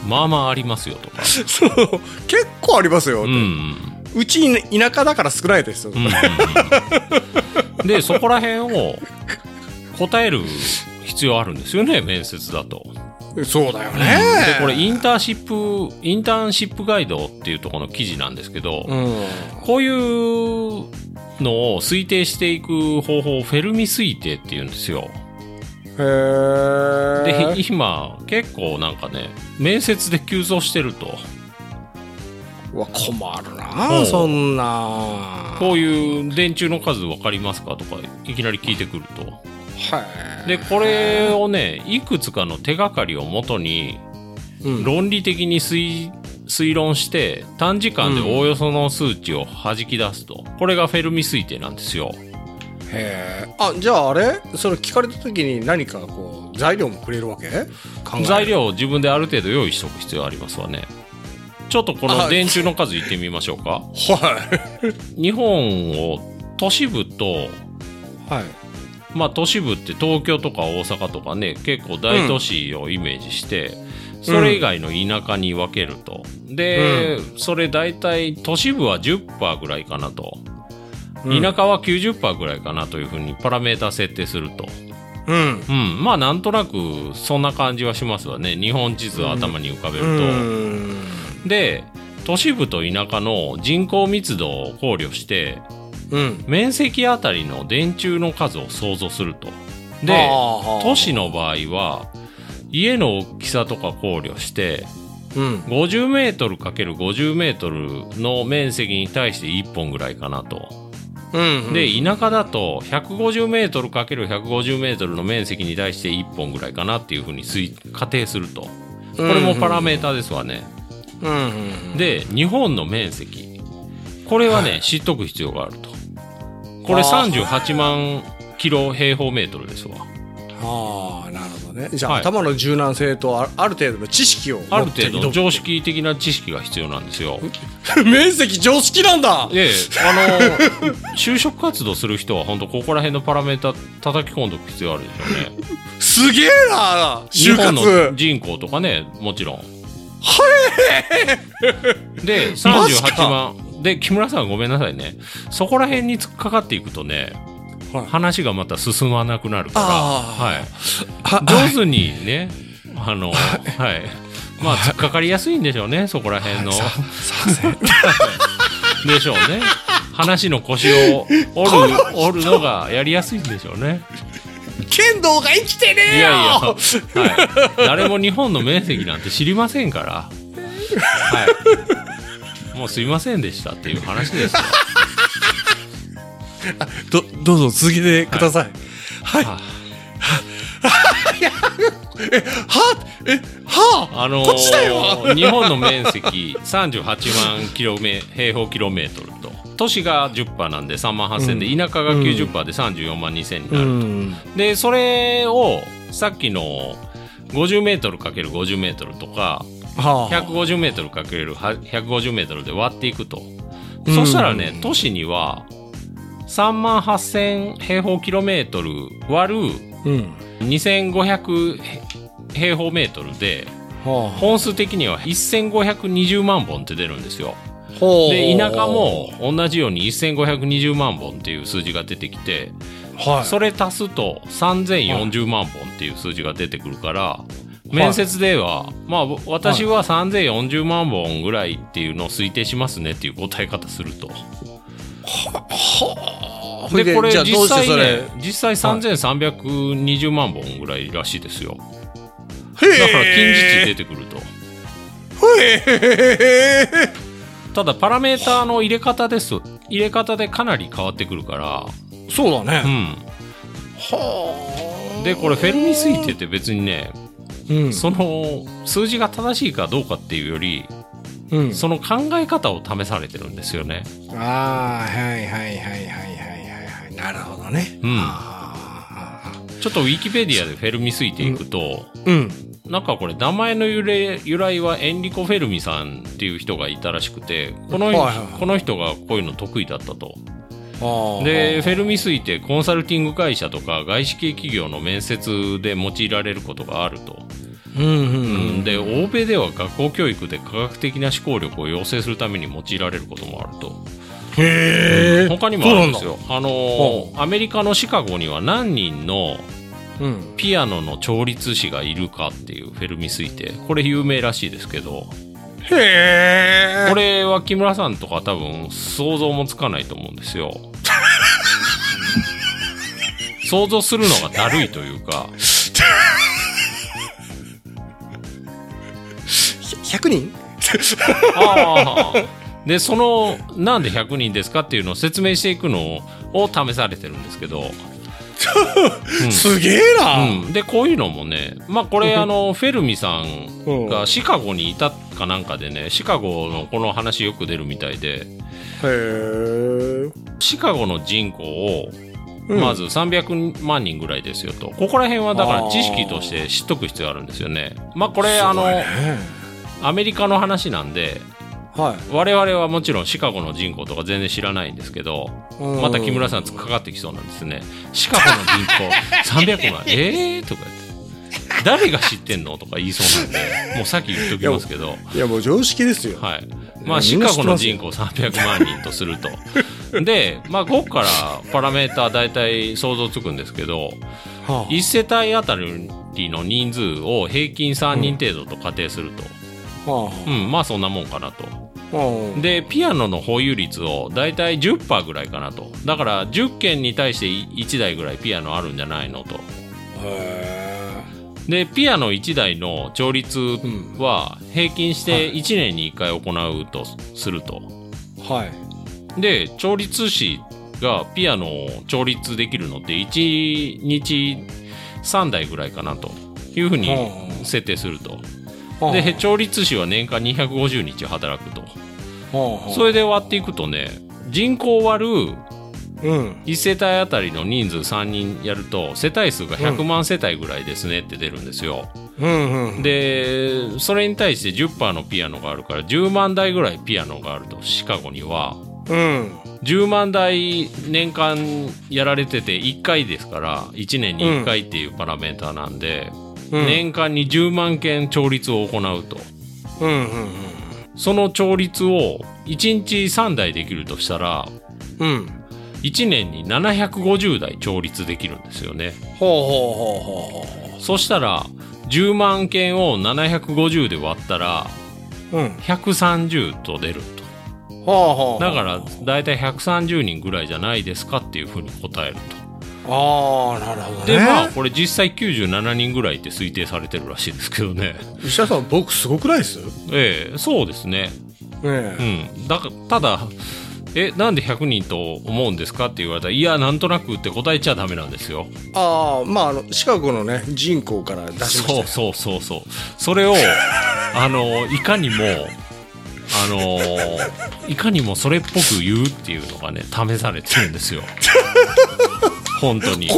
[SPEAKER 3] まあまあありますよとか。
[SPEAKER 2] そう。結構ありますよ。
[SPEAKER 3] う
[SPEAKER 2] うん
[SPEAKER 3] うん。
[SPEAKER 2] ち田舎だから少ないですよ。
[SPEAKER 3] うんうんうんで、そこら辺を答える必要あるんですよね、面接だと。
[SPEAKER 2] そうだよね。
[SPEAKER 3] で、これ、インターンシップ、インターンシップガイドっていうところの記事なんですけど、
[SPEAKER 2] うん。
[SPEAKER 3] こういうのを推定していく方法をフェルミ推定っていうんですよ。
[SPEAKER 2] へー
[SPEAKER 3] で、今、結構なんかね、面接で急増してると。
[SPEAKER 2] うわ、困る
[SPEAKER 3] ほう
[SPEAKER 2] なそんな
[SPEAKER 3] こういう電柱の数分かりますかとか、いきなり聞いてくると。
[SPEAKER 2] はい。
[SPEAKER 3] で、これをね、いくつかの手がかりをもとに、
[SPEAKER 2] うん
[SPEAKER 3] 論理的に推推論して、短時間でおおよその数値を弾き出すと。これがフェルミ推定なんですよ。
[SPEAKER 2] へえ。あ、じゃああれそれ聞かれた時に何かこう、材料もくれるわけ考える
[SPEAKER 3] 材料を自分である程度用意しておく必要ありますわね。ちょっとこの
[SPEAKER 2] あ
[SPEAKER 3] 電柱の数いってみましょうか。
[SPEAKER 2] は
[SPEAKER 3] 日本を都市部と、
[SPEAKER 2] い。はい。
[SPEAKER 3] まあ都市部って東京とか大阪とかね、結構大都市をイメージして、それ以外の田舎に分けると。で、それ大体都市部は10%ぐらいかなと。
[SPEAKER 2] うん
[SPEAKER 3] 田舎は90%ぐらいかなというふうにパラメータ設定すると。
[SPEAKER 2] うん。
[SPEAKER 3] うん。まあなんとなくそんな感じはしますわね。日本地図を頭に浮かべると。
[SPEAKER 2] うん。
[SPEAKER 3] で都市部と田舎の人口密度を考慮して
[SPEAKER 2] うん。
[SPEAKER 3] 面積あたりの電柱の数を想像すると。で
[SPEAKER 2] 都
[SPEAKER 3] 都市。の場合は家の大きさとか考慮して
[SPEAKER 2] うん。
[SPEAKER 3] 50メートル ×50 メートルの面積に対して1本ぐらいかなと。
[SPEAKER 2] うん。
[SPEAKER 3] で、田舎だと150メートル ×150 メートルの面積に対して1本ぐらいかなっていうふうに推仮定すると。これもパラメーターですわね。
[SPEAKER 2] うん。
[SPEAKER 3] で日本の面積これはね、知っとく必要があるとこれ
[SPEAKER 2] あー
[SPEAKER 3] 38万キロ平方メートルですわ
[SPEAKER 2] ああ、なるほどね。じゃあ、
[SPEAKER 3] はい
[SPEAKER 2] 頭の柔軟性とあある程度の知識を。
[SPEAKER 3] ある程度の常。識的な知識が必要なんですよ
[SPEAKER 2] 面積常識なんだ
[SPEAKER 3] であの 就職活動する人は本当ここら辺のパラメータ叩き込んでおく必要あるでしょうね
[SPEAKER 2] すげえな
[SPEAKER 3] 日
[SPEAKER 2] 就
[SPEAKER 3] 本の
[SPEAKER 2] 活
[SPEAKER 3] 人口とかねもちろんはいで38万で木村さんごめんなさいねそこら辺に突っかかっていくとね
[SPEAKER 2] はい
[SPEAKER 3] 話がまた進まなくなるから、は、
[SPEAKER 2] あはい
[SPEAKER 3] 上手にね、あの、はい。まあ、突っかかりやすいんでしょうね、そこら辺の。
[SPEAKER 2] させ
[SPEAKER 3] でしょうね。話の腰を折る、折るのがやりやすいんでしょうね。
[SPEAKER 2] 剣道が生きてね
[SPEAKER 3] い
[SPEAKER 2] えよ
[SPEAKER 3] やいや、はい、誰も日本の面積なんて知りませんから、はい、もうすいませんでしたっていう話ですよ。
[SPEAKER 2] どどうぞ続けてくださいはい
[SPEAKER 3] は
[SPEAKER 2] はえは
[SPEAKER 3] あのー
[SPEAKER 2] こっちだよ
[SPEAKER 3] 日本の面積38万キロメ平方キロメートルと都市が10%パーなんで3万8000で、
[SPEAKER 2] うん
[SPEAKER 3] 田舎が90%パーで34万2000になる、
[SPEAKER 2] ん
[SPEAKER 3] でそれをさっきの 50m×50m とか
[SPEAKER 2] は
[SPEAKER 3] 150m×150m で割っていくと、
[SPEAKER 2] うん
[SPEAKER 3] そしたらね都市には3万8,000平方キロメートル割る
[SPEAKER 2] うん
[SPEAKER 3] 2,500平方メートルで
[SPEAKER 2] は
[SPEAKER 3] 本数的には1,520万本って出るんですよ。
[SPEAKER 2] あほう
[SPEAKER 3] で田舎も同じように1,520万本っていう数字が出てきて
[SPEAKER 2] はい
[SPEAKER 3] それ足すと3,040万本っていう数字が出てくるから。面接では、まあ、ぼ私は3040万本ぐらいっていうのを推定しますねっていう答え方すると。
[SPEAKER 2] はあ
[SPEAKER 3] で、これ
[SPEAKER 2] じゃあどう
[SPEAKER 3] 実
[SPEAKER 2] して
[SPEAKER 3] 際
[SPEAKER 2] それ
[SPEAKER 3] ね、実際3320万本ぐらいらしいですよ。
[SPEAKER 2] へ
[SPEAKER 3] だから近似値
[SPEAKER 2] え
[SPEAKER 3] 出てくると。
[SPEAKER 2] へえ
[SPEAKER 3] ただ、パラメーターの入れ方です。入れ方でかなり変わってくるから。
[SPEAKER 2] そうだ
[SPEAKER 3] う
[SPEAKER 2] ね、
[SPEAKER 3] ん。
[SPEAKER 2] はあ
[SPEAKER 3] で、これフェルミ推定って別にね、
[SPEAKER 2] うん
[SPEAKER 3] その数字が正しいかどうかっていうより、
[SPEAKER 2] うん
[SPEAKER 3] その考え方を試されてるんですよね。
[SPEAKER 2] ああはいはいはいはいはいはいはいなるほどね
[SPEAKER 3] うん
[SPEAKER 2] ああ
[SPEAKER 3] ちょっとウィキペディアでフェルミ推定いくと、
[SPEAKER 2] うん
[SPEAKER 3] なんかこれ名前の由来由来はエンリコ・フェルミさんっていう人がいたらしくてこの,、
[SPEAKER 2] はいはいはい
[SPEAKER 3] この人がこういうの得意だったと
[SPEAKER 2] ああ
[SPEAKER 3] でフェルミ推定コンサルティング会社とか外資系企業の面接で用いられることがあると、
[SPEAKER 2] うんうんうん
[SPEAKER 3] で欧米では学校教育で科学的な思考力を養成するために用いられることもあると
[SPEAKER 2] へえ
[SPEAKER 3] 他にもあるんですよあの
[SPEAKER 2] ほ
[SPEAKER 3] ーアメリカのシカゴには何人
[SPEAKER 2] そう
[SPEAKER 3] の
[SPEAKER 2] なんだ
[SPEAKER 3] ピアノの調律師がいるかっていうフェルミ推定これ有名らしいですけ
[SPEAKER 2] う
[SPEAKER 3] ど
[SPEAKER 2] んへえ
[SPEAKER 3] これは木村さんとか多分想像もつかないと思うんですよ想像するのがだるいというか
[SPEAKER 2] 100人
[SPEAKER 3] ああでそのなんで100人ですかっていうのを説明していくのを試されてるんですけど、
[SPEAKER 2] すげえな、
[SPEAKER 3] うん、でこういうのもねまあこれあのフェルミさん
[SPEAKER 2] う
[SPEAKER 3] が
[SPEAKER 2] ん
[SPEAKER 3] シカゴにいたかなんかでねシカゴのこの話よく出るみたいで
[SPEAKER 2] へえ
[SPEAKER 3] シカゴの人口を
[SPEAKER 2] うん
[SPEAKER 3] まず300万人ぐらいですよと、ここら辺はだから知識として知っとく必要あるんですよね。まあこれあのアメリカの話なんで
[SPEAKER 2] は
[SPEAKER 3] 我々はもちろんシカゴの人口とか全然知らないんですけど
[SPEAKER 2] い
[SPEAKER 3] また木村
[SPEAKER 2] さん
[SPEAKER 3] さんつっかかってきそうなんですね。シカゴの 人口300万えーとか言って誰が知ってんのとか言いそうなんでもうさっき言っときますけど。
[SPEAKER 2] いやもう常識ですよ、
[SPEAKER 3] はい。まあ、
[SPEAKER 2] み
[SPEAKER 3] シ
[SPEAKER 2] んな
[SPEAKER 3] カ
[SPEAKER 2] 知って
[SPEAKER 3] ゴ
[SPEAKER 2] ま
[SPEAKER 3] の
[SPEAKER 2] すよ
[SPEAKER 3] 人口300万人とする と。で、まあ、ここからパラメーター大体想像つくんですけど、
[SPEAKER 2] は
[SPEAKER 3] 1世帯あたりの人数を平均3人程度と仮定する
[SPEAKER 2] あ
[SPEAKER 3] と。
[SPEAKER 2] は
[SPEAKER 3] うん、まあそんなもんかなと。
[SPEAKER 2] あはあ
[SPEAKER 3] で、ピアノの保有率を大体10%ぐらいかなと。だから10件に対して1台ぐらいピアノあるんじゃないのと。
[SPEAKER 2] へ
[SPEAKER 3] で、ピアノ1台の調律は平均して1年に1回行うとすると。
[SPEAKER 2] えはい
[SPEAKER 3] で調律師がピアノを調律できるのって1日3台ぐらいかなというふうに
[SPEAKER 2] はあ
[SPEAKER 3] 設定すると、
[SPEAKER 2] はあ
[SPEAKER 3] で調律師は年間250日働くと、
[SPEAKER 2] はあ
[SPEAKER 3] それで割っていくとね人口割る
[SPEAKER 2] うん
[SPEAKER 3] 1世帯あたりの人数3人やると世帯数が100万世帯ぐらいですねって出るんですよ、
[SPEAKER 2] うんうん
[SPEAKER 3] でそれに対して10%のピアノがあるから10万台ぐらいピアノがあるとシカゴには
[SPEAKER 2] うん
[SPEAKER 3] 10万台年間やられてて1回ですから1年に1回っていうパラメーターなんで、
[SPEAKER 2] うん
[SPEAKER 3] 年間に10万件調律を行うと
[SPEAKER 2] うんうん
[SPEAKER 3] その調律を1日3台できるとしたら
[SPEAKER 2] うんうん
[SPEAKER 3] 1年に750台調律できるんですよね
[SPEAKER 2] ほうほうほうほ
[SPEAKER 3] そしたら10万件を750で割ったら
[SPEAKER 2] うほううん
[SPEAKER 3] 130と出ると
[SPEAKER 2] ほうほう
[SPEAKER 3] だから大体130人ぐらいじゃないですかっていうふうに答える
[SPEAKER 2] ああなるほど
[SPEAKER 3] と
[SPEAKER 2] ね
[SPEAKER 3] でまあこれ実際97人ぐらいって推定されてるらしいですけどね
[SPEAKER 2] 石田さん僕すごくないです
[SPEAKER 3] ええそうですね
[SPEAKER 2] え
[SPEAKER 3] う
[SPEAKER 2] え
[SPEAKER 3] んだからただえなんで100人と思うんですかって言われたらいやなんとなくって答えちゃダメなんですよ
[SPEAKER 2] ああまああのシカゴのね人口から出しました
[SPEAKER 3] そ
[SPEAKER 2] よ
[SPEAKER 3] うそうそうそう それをあのいかにもあのいかにもそれっぽく言うっていうのがね試されてるんです よ本当に
[SPEAKER 2] こ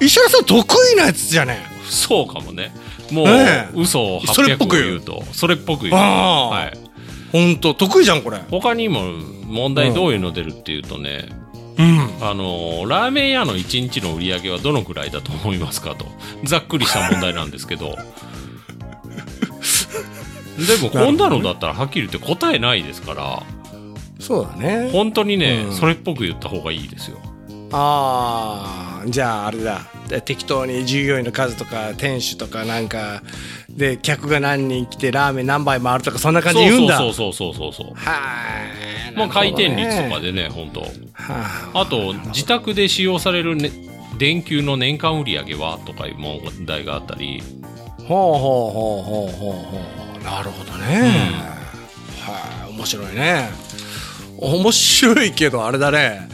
[SPEAKER 2] れ石田さん得意なやつじゃね
[SPEAKER 3] そうかもねもう、
[SPEAKER 2] ねえ
[SPEAKER 3] 嘘を
[SPEAKER 2] それっ
[SPEAKER 3] 800
[SPEAKER 2] ぽ
[SPEAKER 3] を
[SPEAKER 2] く
[SPEAKER 3] 言うとそれっぽく言う
[SPEAKER 2] あー
[SPEAKER 3] はい、
[SPEAKER 2] 本当得意じゃんこれ
[SPEAKER 3] 他にも問題どういうの出るっていうとね、
[SPEAKER 2] うん
[SPEAKER 3] あのラーメン屋の1日の売り上げはどのくらいだと思いますかとざっくりした問題なんですけどでもこんなのだったらはっきり言って答えないですから
[SPEAKER 2] そうだね
[SPEAKER 3] 本当にね、
[SPEAKER 2] うん
[SPEAKER 3] それっぽく言った方がいいですよ
[SPEAKER 2] ああじゃああれだで適当に従業員の数とか店主とかなんかで客が何人来てラーメン何杯回るとかそんな感じで言うんだ
[SPEAKER 3] そうそうそうそうそうそう
[SPEAKER 2] はい
[SPEAKER 3] まあ回転率とか
[SPEAKER 2] で
[SPEAKER 3] でね本当
[SPEAKER 2] はあ
[SPEAKER 3] あと自宅で使用される、ね、電球の年間売り上げはとかいう問題があったり
[SPEAKER 2] ほうほうほうほうほうほうなるほどね、はい、面白いね面白いけどあれだね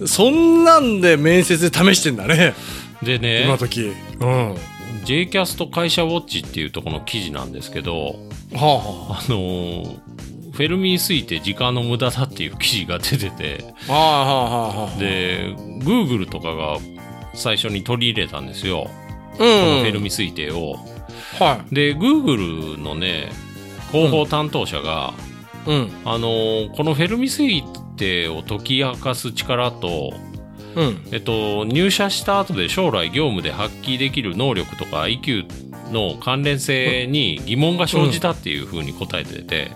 [SPEAKER 3] うん
[SPEAKER 2] そんなんで面接で試してんだね
[SPEAKER 3] でね
[SPEAKER 2] 今時うんは
[SPEAKER 3] J キャスト会社ウォッチっていうとこの記事なんですけど
[SPEAKER 2] あは
[SPEAKER 3] あのーフェルミについて時間の無駄だっていう記事が出てて
[SPEAKER 2] あはあはあはあ
[SPEAKER 3] で Google とかが最初に取り入れたんですよ
[SPEAKER 2] う
[SPEAKER 3] このフェル
[SPEAKER 2] ん
[SPEAKER 3] ミ推定を、
[SPEAKER 2] は
[SPEAKER 3] で Google のね広報担当者が、
[SPEAKER 2] いうん
[SPEAKER 3] あのーこのフェルミ推定を解き明かす力と
[SPEAKER 2] うん
[SPEAKER 3] えっと、入社した後で将来業務で発揮できる能力とか IQ の関連性に疑問が生じたっていうふうに答えてて、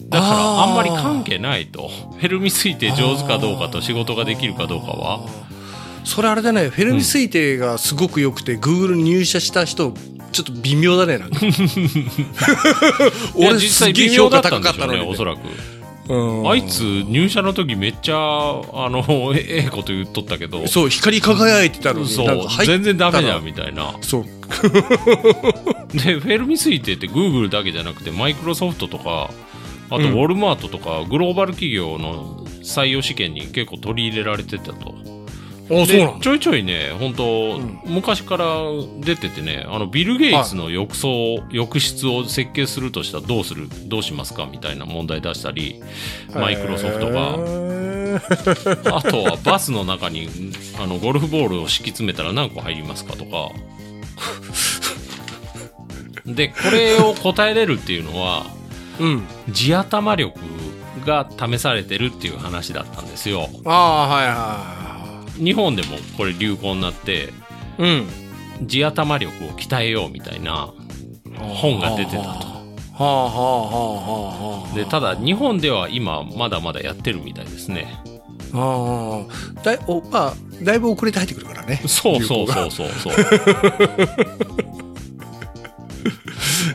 [SPEAKER 3] だから
[SPEAKER 2] あー
[SPEAKER 3] あんまり関係ないと。 フェルミ推定上手かどうかと仕事ができるかどうかは。
[SPEAKER 2] それあれだねフェルミ推定がすごく良くて、Google に入社した人ちょっと微妙だね なんか
[SPEAKER 3] いや、実際微妙だったんで
[SPEAKER 2] 高
[SPEAKER 3] しょうね、おそらく。
[SPEAKER 2] うん
[SPEAKER 3] あいつ入社の時めっちゃ、あの、 えええこと言っとったけど、
[SPEAKER 2] そう光り輝いてたのに
[SPEAKER 3] そう
[SPEAKER 2] なんか入っ
[SPEAKER 3] 全然ダメじゃんみたいな。
[SPEAKER 2] そう
[SPEAKER 3] でフェルミ推定ってグーグルだけじゃなくてマイクロソフトとかあとウ
[SPEAKER 2] うん
[SPEAKER 3] ォルマートとかグローバル企業の採用試験に結構取り入れられてたと
[SPEAKER 2] あそうな
[SPEAKER 3] で
[SPEAKER 2] んだ
[SPEAKER 3] ちょいちょいね本当、
[SPEAKER 2] ん
[SPEAKER 3] 昔から出ててねあのビル・ゲイツの浴槽、浴室を設計するとしたらどうするどうしますかみたいな問題出したりマイクロソフトが
[SPEAKER 2] へ
[SPEAKER 3] あとはバスの中にあのゴルフボールを敷き詰めたら何個入りますかとか。 で、これを答えれるっていうのは、
[SPEAKER 2] ーうん
[SPEAKER 3] 地頭力が試されてるっていう話だったんですよ。
[SPEAKER 2] ああはいは
[SPEAKER 3] 日本でもこれ流行になって、
[SPEAKER 2] いはいうん
[SPEAKER 3] 地頭力を鍛えようみたいな本が出てたと。
[SPEAKER 2] はあはあはあはあはあ
[SPEAKER 3] で、ただ日本では今まだまだやってるみたいですね。
[SPEAKER 2] ああだいおまあだいぶ遅れて入ってくるから ね
[SPEAKER 3] そうそうそうそうそう。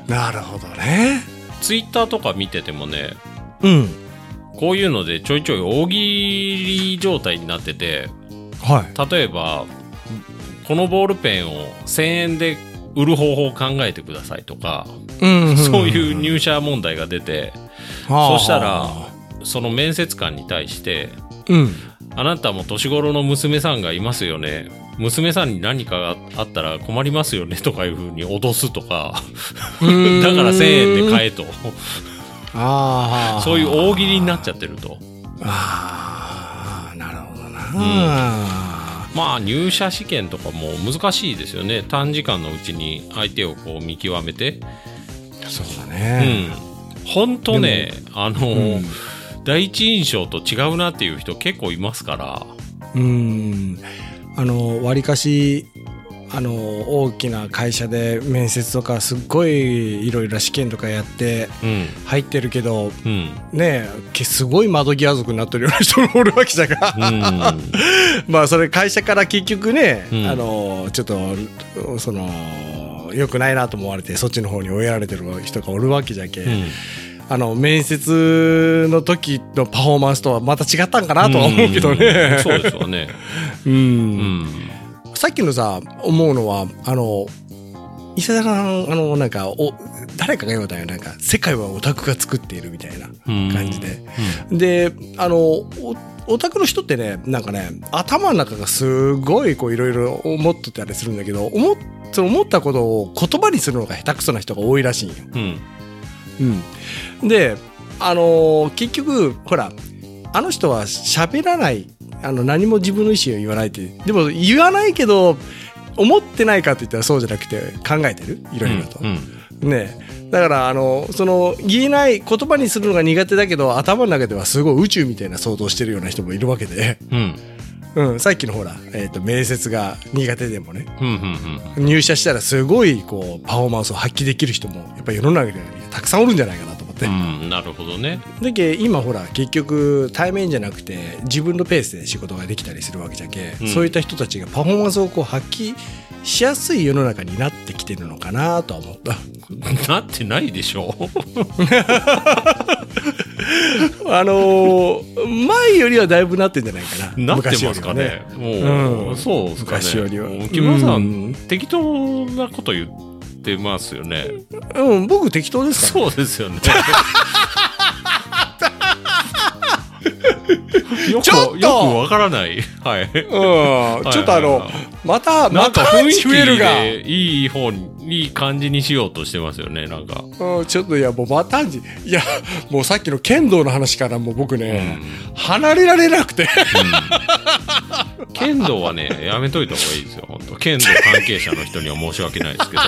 [SPEAKER 2] なるほどね
[SPEAKER 3] ツイッターとか見ててもね、
[SPEAKER 2] うん
[SPEAKER 3] こういうのでちょいちょい大喜利状態になってて、
[SPEAKER 2] はい
[SPEAKER 3] 例えば、このボールペンを1000円で売る方法を考えてくださいとか、
[SPEAKER 2] うん
[SPEAKER 3] そういう入社問題が出て、そしたら、その面接官に対して、
[SPEAKER 2] うん
[SPEAKER 3] あなたも年頃の娘さんがいますよね。娘さんに何かがあったら困りますよねとかいうふうに脅すとか、だから1000円で
[SPEAKER 2] え
[SPEAKER 3] 買えと。
[SPEAKER 2] ああ
[SPEAKER 3] そういう大喜利になっちゃってると。
[SPEAKER 2] ああなるほどな、
[SPEAKER 3] まあ入社試験とかも難しいですよね短時間のうちに相手をこう見極めて
[SPEAKER 2] そうだ
[SPEAKER 3] う
[SPEAKER 2] ね
[SPEAKER 3] ん本当ねあの、
[SPEAKER 2] うん
[SPEAKER 3] 第一印象と違うなっていう人結構いますから
[SPEAKER 2] うんあの割かしあの大きな会社で面接とかすっごいいろいろ試験とかやって
[SPEAKER 3] うん。
[SPEAKER 2] 入ってるけど
[SPEAKER 3] うん。
[SPEAKER 2] ねえけすごい窓際族になってるような人もおるわけだから
[SPEAKER 3] うん。
[SPEAKER 2] まあそれ会社から結局ね、
[SPEAKER 3] うん
[SPEAKER 2] あのちょっとその良くないなと思われてそっちの方に追いやられてる人がおるわけじゃけ、
[SPEAKER 3] うん。
[SPEAKER 2] あの面接の時のパフォーマンスとはまた違ったんかなとは思うけどね
[SPEAKER 3] ん。そうですわね。
[SPEAKER 2] うん
[SPEAKER 3] うん。
[SPEAKER 2] さっきのさ思うのはあの伊勢田さんあのなんかお誰かが言われたんよなんか世界はオタクが作っているみたいな
[SPEAKER 3] うん
[SPEAKER 2] 感じで、であのおオタクの人ってねなんかね頭の中がすごいこういろいろ思ってたりするんだけど思っその思ったことを言葉にするのが下手くそな人が多いらしいんよ。
[SPEAKER 3] うん。
[SPEAKER 2] であのー結局ほらあの人は喋らないあの何も自分の意思を言わないってでも言わないけど思ってないかって言ったらそうじゃなくて考えてるいろいろと。
[SPEAKER 3] うんうん
[SPEAKER 2] ねだからあのその言えない言葉にするのが苦手だけど頭の中ではすごい宇宙みたいな想像してるような人もいるわけで、
[SPEAKER 3] うん。
[SPEAKER 2] うん、さっきのほら、えー、と面接が苦手でもね
[SPEAKER 3] うん。うん。
[SPEAKER 2] 入社したらすごいこうパフォーマンスを発揮できる人もやっぱり世の中にはたくさんおるんじゃないかなと思って、
[SPEAKER 3] うん。なるほどね。
[SPEAKER 2] だけ今ほら結局対面じゃなくて自分のペースで仕事ができたりするわけじゃけ、
[SPEAKER 3] うん
[SPEAKER 2] そういった人たちがパフォーマンスをこう発揮しやすい世の中になってきてるのかなとは思った。
[SPEAKER 3] なってないでしょ。
[SPEAKER 2] あのー前よりはだいぶなってんじゃないかな。
[SPEAKER 3] なってますかね。もう、
[SPEAKER 2] うん
[SPEAKER 3] そうですかね。
[SPEAKER 2] 昔よりは
[SPEAKER 3] もう木村さん、
[SPEAKER 2] うん
[SPEAKER 3] 適当なこと言ってますよ ね。
[SPEAKER 2] 昔よりは。うん、僕適当ですから。
[SPEAKER 3] そうです よね。よく
[SPEAKER 2] ちょっと
[SPEAKER 3] よくわからない。はい。
[SPEAKER 2] うん、ちょっとあの
[SPEAKER 3] はいはいは、
[SPEAKER 2] また、
[SPEAKER 3] な
[SPEAKER 2] ま
[SPEAKER 3] んか
[SPEAKER 2] た
[SPEAKER 3] 雰囲気
[SPEAKER 2] 増えるが、
[SPEAKER 3] でいい方に、いい感じにしようとしてますよね、なんか。
[SPEAKER 2] うん、ちょっといや、もうまたんじ、いや、もうさっきの剣道の話からもう僕ね、離れられなくて。
[SPEAKER 3] 剣道はね、やめといた方がいいですよ、本当剣道関係者の人には申し訳ないですけど。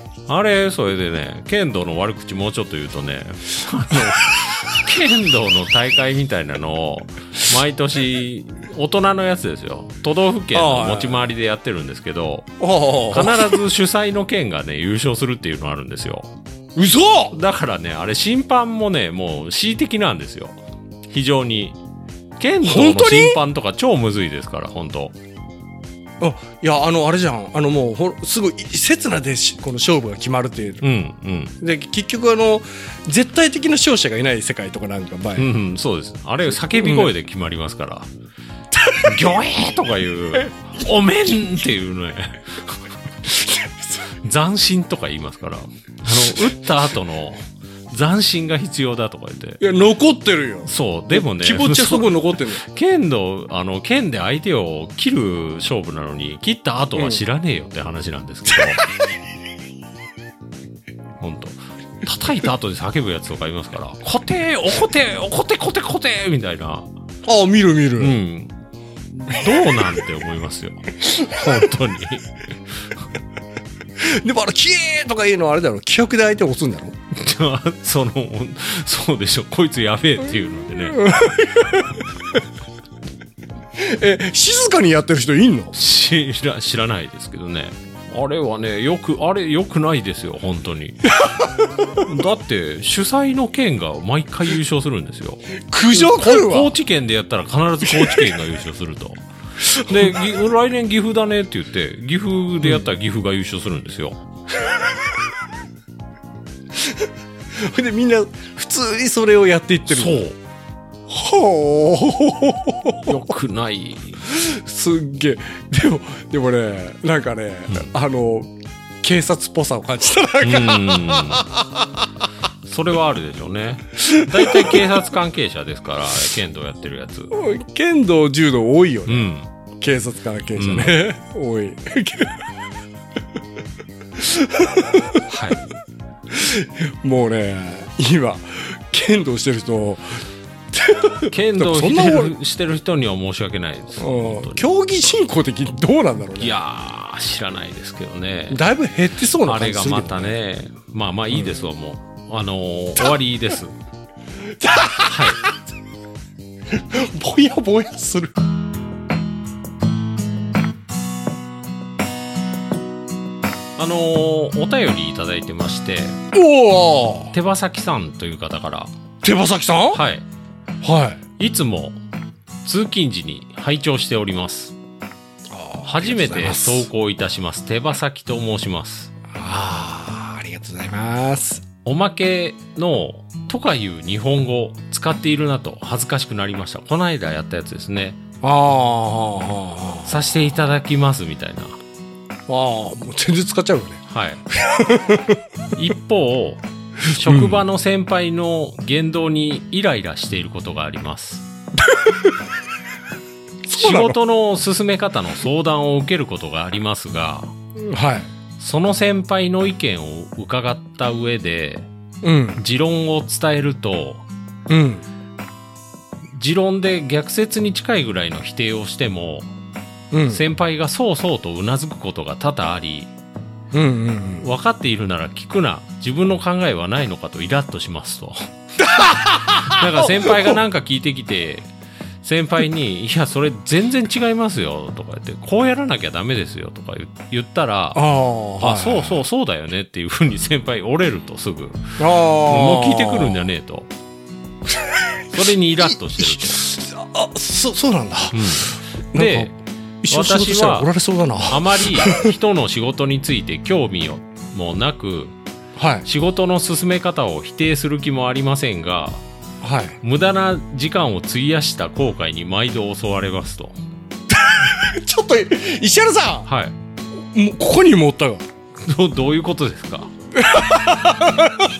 [SPEAKER 3] あれ、それでね、剣道の悪口もうちょっと言うとね、あの、剣道の大会みたいなのを、毎年、大人のやつですよ。都道府県の持ち回りでやってるんですけど、
[SPEAKER 2] お
[SPEAKER 3] 必ず主催の県がね、優勝するっていうのあるんですよ。
[SPEAKER 2] 嘘
[SPEAKER 3] だからね、あれ審判もね、もう恣意的なんですよ。非常に。剣道
[SPEAKER 2] 本
[SPEAKER 3] の
[SPEAKER 2] 当に
[SPEAKER 3] 審判とか超むずいですから、本当
[SPEAKER 2] あいや、あの、あれじゃん。あの、もう、ほんすごい、刹那でし、この勝負が決まるっていう。
[SPEAKER 3] うん、うん。
[SPEAKER 2] で、結局、あの、絶対的な勝者がいない世界とかなんか前、
[SPEAKER 3] うんうん、そうです。あれ、叫び声で決まりますから。 ギョエーとかいう、おめんっていうね。斬新とか言いますから。あの、打った後の斬新が必要だとか言って。
[SPEAKER 2] いや、残ってるよ。
[SPEAKER 3] そう、でもね、
[SPEAKER 2] 気持ちはそこ残って るよ。
[SPEAKER 3] 剣道、あの、剣で相手を切る勝負なのに、切った後は知らねえよって話なんですけど。本当叩いた後で叫ぶやつとかいますから、コテー、おこて、おこてこてこてみたいな。
[SPEAKER 2] ああ、見る見る。
[SPEAKER 3] うん。どうなんて思いますよ。本当に。
[SPEAKER 2] でもあの、キエーとかいうのはあれだろ、気迫で相手を押すんだろ。
[SPEAKER 3] その、そうでしょ、こいつやべえっていうのでね。
[SPEAKER 2] え、静かにやってる人いんの
[SPEAKER 3] 知ら知らないですけどねあれはねよくあれよくないですよ本当 にだって主催の県が毎回優勝するんですよ
[SPEAKER 2] 苦情来る
[SPEAKER 3] こ高
[SPEAKER 2] わ。
[SPEAKER 3] 知県でやったら必ず高知県が優勝するとでぎ来年岐阜だねって言って岐阜でやったら岐阜が優勝するんですよ、
[SPEAKER 2] で、みんな、普通にそれをやっていってる。
[SPEAKER 3] そう。
[SPEAKER 2] ほー。
[SPEAKER 3] よくない
[SPEAKER 2] すっげえ。でも、でもね、なんかね、あの、警察っぽさを感じた。
[SPEAKER 3] うんそれはあるでしょうね大体警察関係者ですから剣道やってるやつう
[SPEAKER 2] 剣道、柔道多いよね。
[SPEAKER 3] ん
[SPEAKER 2] 警察関係者ね。多い。
[SPEAKER 3] はい
[SPEAKER 2] もうね、今、剣道してる人、
[SPEAKER 3] 剣道を
[SPEAKER 2] そ
[SPEAKER 3] し
[SPEAKER 2] んな
[SPEAKER 3] て
[SPEAKER 2] 俺
[SPEAKER 3] るしてる人には申し訳ないです。本
[SPEAKER 2] う
[SPEAKER 3] 当
[SPEAKER 2] ん
[SPEAKER 3] に
[SPEAKER 2] 競技人口的にどうなんだろう
[SPEAKER 3] い
[SPEAKER 2] ね。
[SPEAKER 3] やー、知らないですけどね。
[SPEAKER 2] だいぶ減ってそうな
[SPEAKER 3] あ
[SPEAKER 2] 感
[SPEAKER 3] れ
[SPEAKER 2] じ
[SPEAKER 3] が
[SPEAKER 2] する
[SPEAKER 3] ま
[SPEAKER 2] けど
[SPEAKER 3] たね、まあまあいいですわ、もう。あのー終わりです。はい。
[SPEAKER 2] ぼやぼやする。
[SPEAKER 3] あのーお便りいただいてまして、
[SPEAKER 2] おお
[SPEAKER 3] 手羽先さんという方から、
[SPEAKER 2] 手羽先さんは
[SPEAKER 3] はい。
[SPEAKER 2] い。
[SPEAKER 3] いつも通勤時に拝聴しております。初めて投
[SPEAKER 2] 稿。
[SPEAKER 3] 稿いたします。手羽先と申します。
[SPEAKER 2] あーありがとうございます。
[SPEAKER 3] おまけのとかいう日本語を使っているなと恥ずかしくなりました。この間やったやつですね。
[SPEAKER 2] ああ、
[SPEAKER 3] させていただきますみたいな。
[SPEAKER 2] ああ、もう全然使っちゃうよね。
[SPEAKER 3] はい。一方、職場の先輩の言動にイライラしていることがあります。
[SPEAKER 2] そう
[SPEAKER 3] 仕
[SPEAKER 2] なの
[SPEAKER 3] 事の進め方の相談を受けることがありますが、
[SPEAKER 2] はい。
[SPEAKER 3] その先輩の意見を伺った上で、
[SPEAKER 2] うん、
[SPEAKER 3] 持論を伝えると、
[SPEAKER 2] うん。
[SPEAKER 3] 持論で逆説に近いぐらいの否定をしても、
[SPEAKER 2] うん、
[SPEAKER 3] 先輩がそうそうとうなずくことが多々あり、
[SPEAKER 2] うんうんうん
[SPEAKER 3] 分かっているなら聞くな自分の考えはないのかとイラッとしますと なんか先輩がなんか聞いてきて先輩に「いやそれ全然違いますよ」とか言って「こうやらなきゃダメですよ」とか言言ったら
[SPEAKER 2] あ
[SPEAKER 3] 「あ
[SPEAKER 2] あ、はい
[SPEAKER 3] そうそうそうだよね」っていうふうに 先輩折れるとすぐ
[SPEAKER 2] ああ
[SPEAKER 3] 「もう聞いてくるんじゃ
[SPEAKER 2] ね
[SPEAKER 3] ねえ」とそれにイラッとしてると。
[SPEAKER 2] あそそうなんだ、
[SPEAKER 3] うん
[SPEAKER 2] なん
[SPEAKER 3] で
[SPEAKER 2] か一緒に仕事したらおられそうだなは
[SPEAKER 3] あまり人の仕事について興味をもな
[SPEAKER 2] い
[SPEAKER 3] く仕事の進め方を否定する気もありませんが
[SPEAKER 2] はい
[SPEAKER 3] 無駄な時間を費やした後悔に毎度襲われますと
[SPEAKER 2] ちょっと石原さ
[SPEAKER 3] はい
[SPEAKER 2] んもうここにもおったよ
[SPEAKER 3] どどういうことですか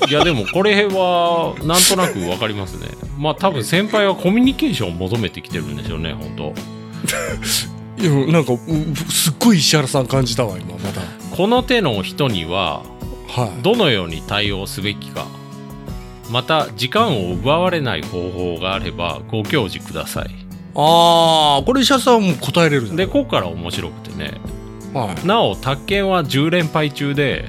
[SPEAKER 3] いやでもこれはなんとなくわかりますねまあ多分先輩はコミュニケーションを求めてきてるんでしょうね本
[SPEAKER 2] いやなんかうすっごい石原さん感じたわ今また
[SPEAKER 3] 当この手の人には
[SPEAKER 2] はい
[SPEAKER 3] どのように対応すべきかまた時間を奪われない方法があればご教示ください
[SPEAKER 2] ああこれ石原さんはもう答えれるじゃん
[SPEAKER 3] でここから面白くてね
[SPEAKER 2] はい
[SPEAKER 3] なお宅建は10連敗中で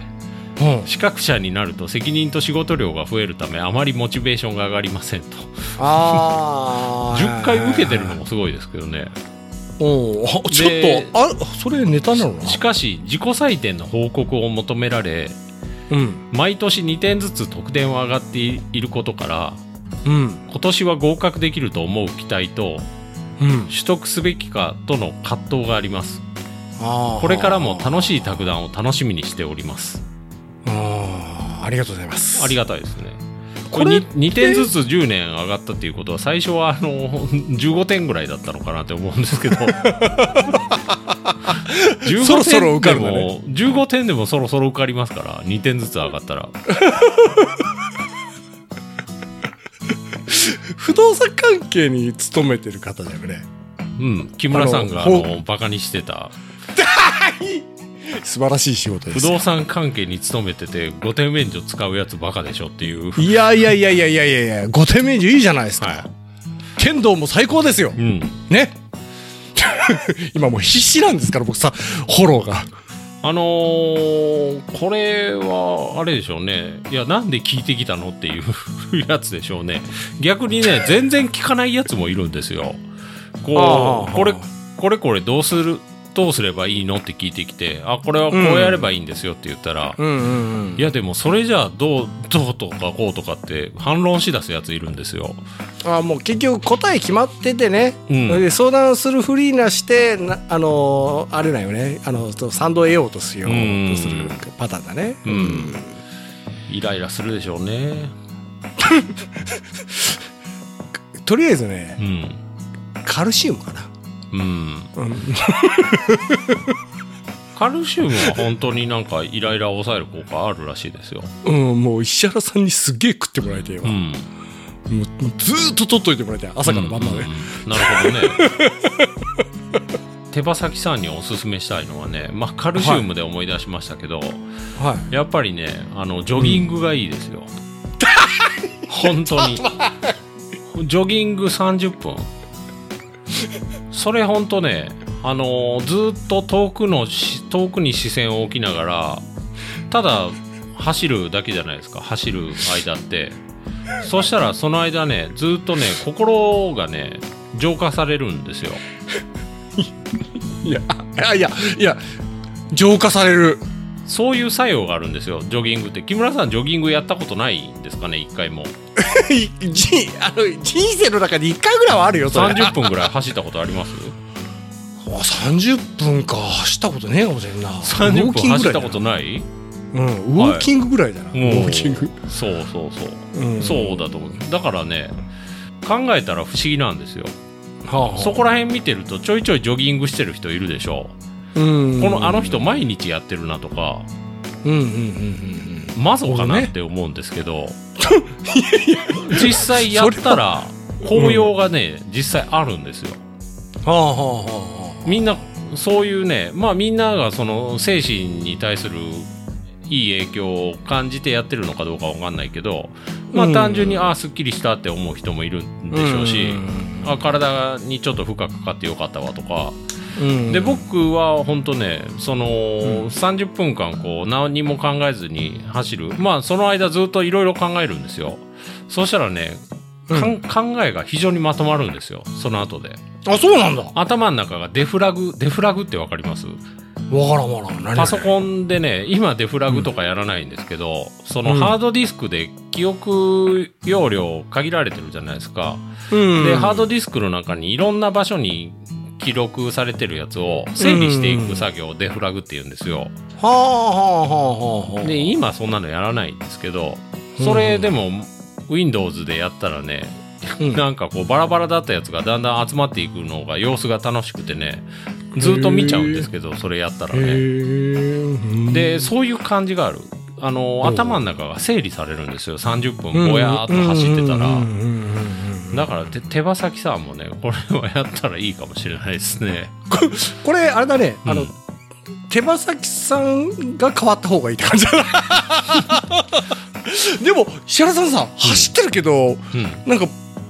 [SPEAKER 2] うん、
[SPEAKER 3] 資格者になると責任と仕事量が増えるためあまりモチベーションが上がりませんと
[SPEAKER 2] あ
[SPEAKER 3] 10回受けてるのもすごいですけどね
[SPEAKER 2] おおちょっと
[SPEAKER 3] で
[SPEAKER 2] あそれネタなのかな
[SPEAKER 3] しかし自己採点の報告を求められ
[SPEAKER 2] うん
[SPEAKER 3] 毎年2点ずつ得点は上がっていることから
[SPEAKER 2] うん
[SPEAKER 3] 今年は合格できると思う期待と
[SPEAKER 2] うん
[SPEAKER 3] 取得すべきかとの葛藤があります
[SPEAKER 2] あー
[SPEAKER 3] これからも楽しい卓談を楽しみにしております
[SPEAKER 2] あーありがとうございます
[SPEAKER 3] ありがたいですね
[SPEAKER 2] こ
[SPEAKER 3] こ
[SPEAKER 2] れ
[SPEAKER 3] れ 2, 点ずつ10年上がったっていうことは最初はあの15点 ぐらいだったのかなって思うんです けど15
[SPEAKER 2] そろそろ受かるん
[SPEAKER 3] 点
[SPEAKER 2] だね
[SPEAKER 3] でも15点でもそろそろ受かりますから2点ずつ上がったら
[SPEAKER 2] 不動産関係に勤めてる方だよね
[SPEAKER 3] うん木村さんが
[SPEAKER 2] あ
[SPEAKER 3] あ
[SPEAKER 2] の
[SPEAKER 3] のバカにしてた
[SPEAKER 2] 素晴らしい仕事で
[SPEAKER 3] 不
[SPEAKER 2] す
[SPEAKER 3] 動産関係に勤めてて5点免除使うやつバカでしょっていう
[SPEAKER 2] いやいやいやいやいやいやいや5点免除いいじゃないですか、
[SPEAKER 3] は
[SPEAKER 2] 剣道も最高ですよ
[SPEAKER 3] いうん
[SPEAKER 2] ね 今もう必死なんですから僕さフォローが
[SPEAKER 3] あのーこれはあれでしょうねいやなんで聞いてきたのっていうやつでしょうね逆にね全然聞かないやつもいるんですよこ
[SPEAKER 2] あー
[SPEAKER 3] うこれこれこれどうするどうすればいいのって聞いてきてあこれはこうやればいいんですよって言ったら、
[SPEAKER 2] うんうん
[SPEAKER 3] いやでもそれじゃあどう どうとかこうとかって反論しだすやついるんですよ
[SPEAKER 2] ああもう結局答え決まっててね、
[SPEAKER 3] うん
[SPEAKER 2] で相談するふりなしてなあのーあれだよねあのそう賛同得ようとすよう
[SPEAKER 3] うん
[SPEAKER 2] とするパターンだね、
[SPEAKER 3] うんイライラするでしょうね
[SPEAKER 2] とりあえずね
[SPEAKER 3] うん
[SPEAKER 2] カルシウムかな、
[SPEAKER 3] うん
[SPEAKER 2] うん、
[SPEAKER 3] カルシウムは本当になんかイライラを抑える効果あるらしいですよ
[SPEAKER 2] うん、もう石原さんにすげえ食ってもらいたいわ、
[SPEAKER 3] うん
[SPEAKER 2] もうずーっと取っといてもらいたい朝から晩まで、
[SPEAKER 3] うんうんうんなるほどね 手羽先さんにおすすめしたいのはね、まあ、カルシウムで思い出しましたけど、
[SPEAKER 2] はい
[SPEAKER 3] やっぱりねあのジョギングがいいですよ、本当にジョギング30分それ本当ねあのずっと遠くのし遠くに視線を置きながらただ走るだけじゃないですか走る間ってそしたらその間ねずっとね心がね浄化されるんですよ
[SPEAKER 2] いやあいやいや浄化される
[SPEAKER 3] そういう作用があるんですよジョギングって木村さんジョギングやったことないんですかね一回も
[SPEAKER 2] じあの人生の中で1回ぐらいはあるよそれ
[SPEAKER 3] 30分ぐらい走ったことあります
[SPEAKER 2] あ30分か走ったことねえかもしれんな
[SPEAKER 3] 30分走ったこと
[SPEAKER 2] ない
[SPEAKER 3] ない
[SPEAKER 2] うんウォーキングぐらいだな、
[SPEAKER 3] もう
[SPEAKER 2] ウォーキング、
[SPEAKER 3] そうそうそう
[SPEAKER 2] うん
[SPEAKER 3] そうだと思うだからね考えたら不思議なんですよ
[SPEAKER 2] はあ
[SPEAKER 3] そこら辺見てるとちょいちょいジョギングしてる人いるでしょ
[SPEAKER 2] うん
[SPEAKER 3] このあの人毎日やってるなとか
[SPEAKER 2] うんうんうんうん
[SPEAKER 3] まぞか
[SPEAKER 2] そう
[SPEAKER 3] な
[SPEAKER 2] ね
[SPEAKER 3] って思うんですけど 実際やったら
[SPEAKER 2] れは
[SPEAKER 3] 紅葉がね実際あるんですよ
[SPEAKER 2] うんはあはあはあ
[SPEAKER 3] みんなそういうねまあみんながその精神に対するいい影響を感じてやってるのかどうかわかんないけどま
[SPEAKER 2] う
[SPEAKER 3] あ
[SPEAKER 2] ん
[SPEAKER 3] 単純にああすっきりしたって思う人もいるんでしょうし、
[SPEAKER 2] ん
[SPEAKER 3] あ体にちょっと負荷かかってよかったわとか、
[SPEAKER 2] うん
[SPEAKER 3] で僕は本当ねその、
[SPEAKER 2] ん
[SPEAKER 3] 30分間こう何も考えずに走るまあその間ずっといろいろ考えるんですよそしたらね、かん考えが非常にまとまるんですよその後で
[SPEAKER 2] あそうなんだわか
[SPEAKER 3] 頭の中がデフラグデフラグってわかります
[SPEAKER 2] らんわからん何
[SPEAKER 3] パソコンでね今デフラグとかやらないんですけど、その
[SPEAKER 2] うん
[SPEAKER 3] ハードディスクで記憶容量限られてるじゃないですか、
[SPEAKER 2] うん
[SPEAKER 3] でハードディスクの中にいろんな場所に記録されてるやつを整理していく作業をデフラグって言うんですよ。
[SPEAKER 2] はあはあはあはあはあ
[SPEAKER 3] で今そんなのやらないんですけどそれでも Windows でやったらね
[SPEAKER 2] うん
[SPEAKER 3] なんかこうバラバラだったやつがだんだん集まっていくのが様子が楽しくてねずっと見ちゃうんですけどそれやったら
[SPEAKER 2] へ
[SPEAKER 3] ね。
[SPEAKER 2] え
[SPEAKER 3] でそういう感じがある。あの頭の中が整理されるんですよ30分ぼやーっと走ってたら。
[SPEAKER 2] うんうんうんうんうん
[SPEAKER 3] だから手手羽先さんもねこれはやったらいいかもしれないですね。
[SPEAKER 2] これあれだね、あ
[SPEAKER 3] う
[SPEAKER 2] の
[SPEAKER 3] ん
[SPEAKER 2] 手羽先さんが変わった方がいいって感じだな でも石原さんさ走ってるけど、
[SPEAKER 3] うん、
[SPEAKER 2] なんか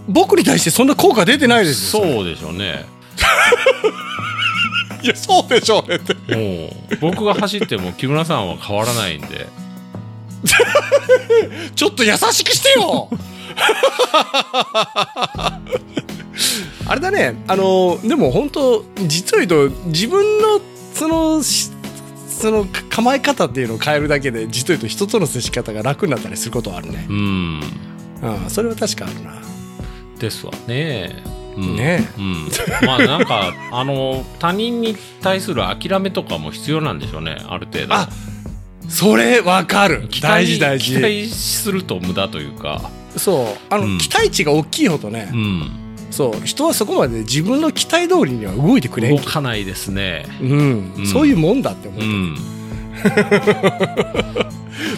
[SPEAKER 2] 僕に対してそんな効果出てないですよ
[SPEAKER 3] そうでしょうね。
[SPEAKER 2] いやそうでしょうねって
[SPEAKER 3] もう僕が走っても木村さんは変わらないんで。
[SPEAKER 2] ちょっと優しくしてよ あれだねあのでも本当実を言うと自分のそのしそのか構え方っていうのを変えるだけで実を言うと人との接し方が楽になったりすることはあるね、
[SPEAKER 3] うん。
[SPEAKER 2] うん、それは確かあるな、
[SPEAKER 3] ですわね。うん、
[SPEAKER 2] ね
[SPEAKER 3] うん、まあなんか あの他人に対する諦めとかも必要なんでしょうねある程度
[SPEAKER 2] あそれわかる
[SPEAKER 3] 期
[SPEAKER 2] 大
[SPEAKER 3] 待
[SPEAKER 2] 事大
[SPEAKER 3] 期
[SPEAKER 2] 事
[SPEAKER 3] 待すると無駄というか
[SPEAKER 2] そうあの、
[SPEAKER 3] うん
[SPEAKER 2] 期待値が大きいほどね
[SPEAKER 3] う、ん
[SPEAKER 2] そう人はそこまで自分の期待通りには動いてくれ
[SPEAKER 3] 動
[SPEAKER 2] ん、
[SPEAKER 3] かないですね
[SPEAKER 2] うん
[SPEAKER 3] うん
[SPEAKER 2] そういうもんだって思う
[SPEAKER 3] う、ん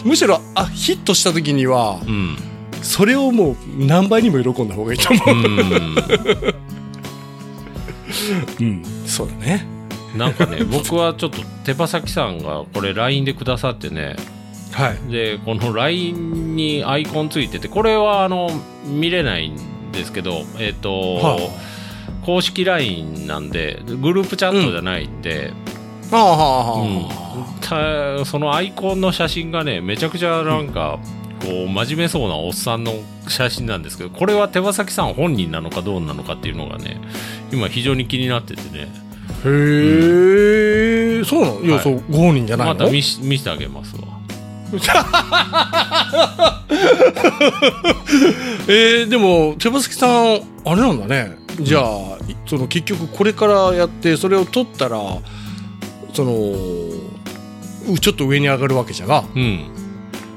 [SPEAKER 2] むしろあヒットした時には
[SPEAKER 3] うん
[SPEAKER 2] それをもう何倍にも喜んだ方がいいと思
[SPEAKER 3] うん
[SPEAKER 2] う、うん、そうだね
[SPEAKER 3] なんかね僕はちょっと手羽先さんがこれ LINE でくださってね
[SPEAKER 2] はい
[SPEAKER 3] でこの LINE にアイコンついててこれはあの見れないんですけどえっ、と、
[SPEAKER 2] はい
[SPEAKER 3] 公式 LINE なんでグループチャットじゃないんで、
[SPEAKER 2] ああはあ
[SPEAKER 3] うんたそのアイコンの写真がねめちゃくちゃなんか、こう真面目そうなおっさんの写真なんですけどこれは手羽先さん本人なのかどうなのかっていうのがね今非常に気になっててね
[SPEAKER 2] へえ、そうなのいや、
[SPEAKER 3] はい
[SPEAKER 2] そうご本人じゃないの
[SPEAKER 3] また見し見せてあげますわ。
[SPEAKER 2] えー、でも手羽先さんあれなんだねじゃあ、いその結局これからやってそれを取ったらそのうちょっと上に上がるわけじゃが
[SPEAKER 3] うん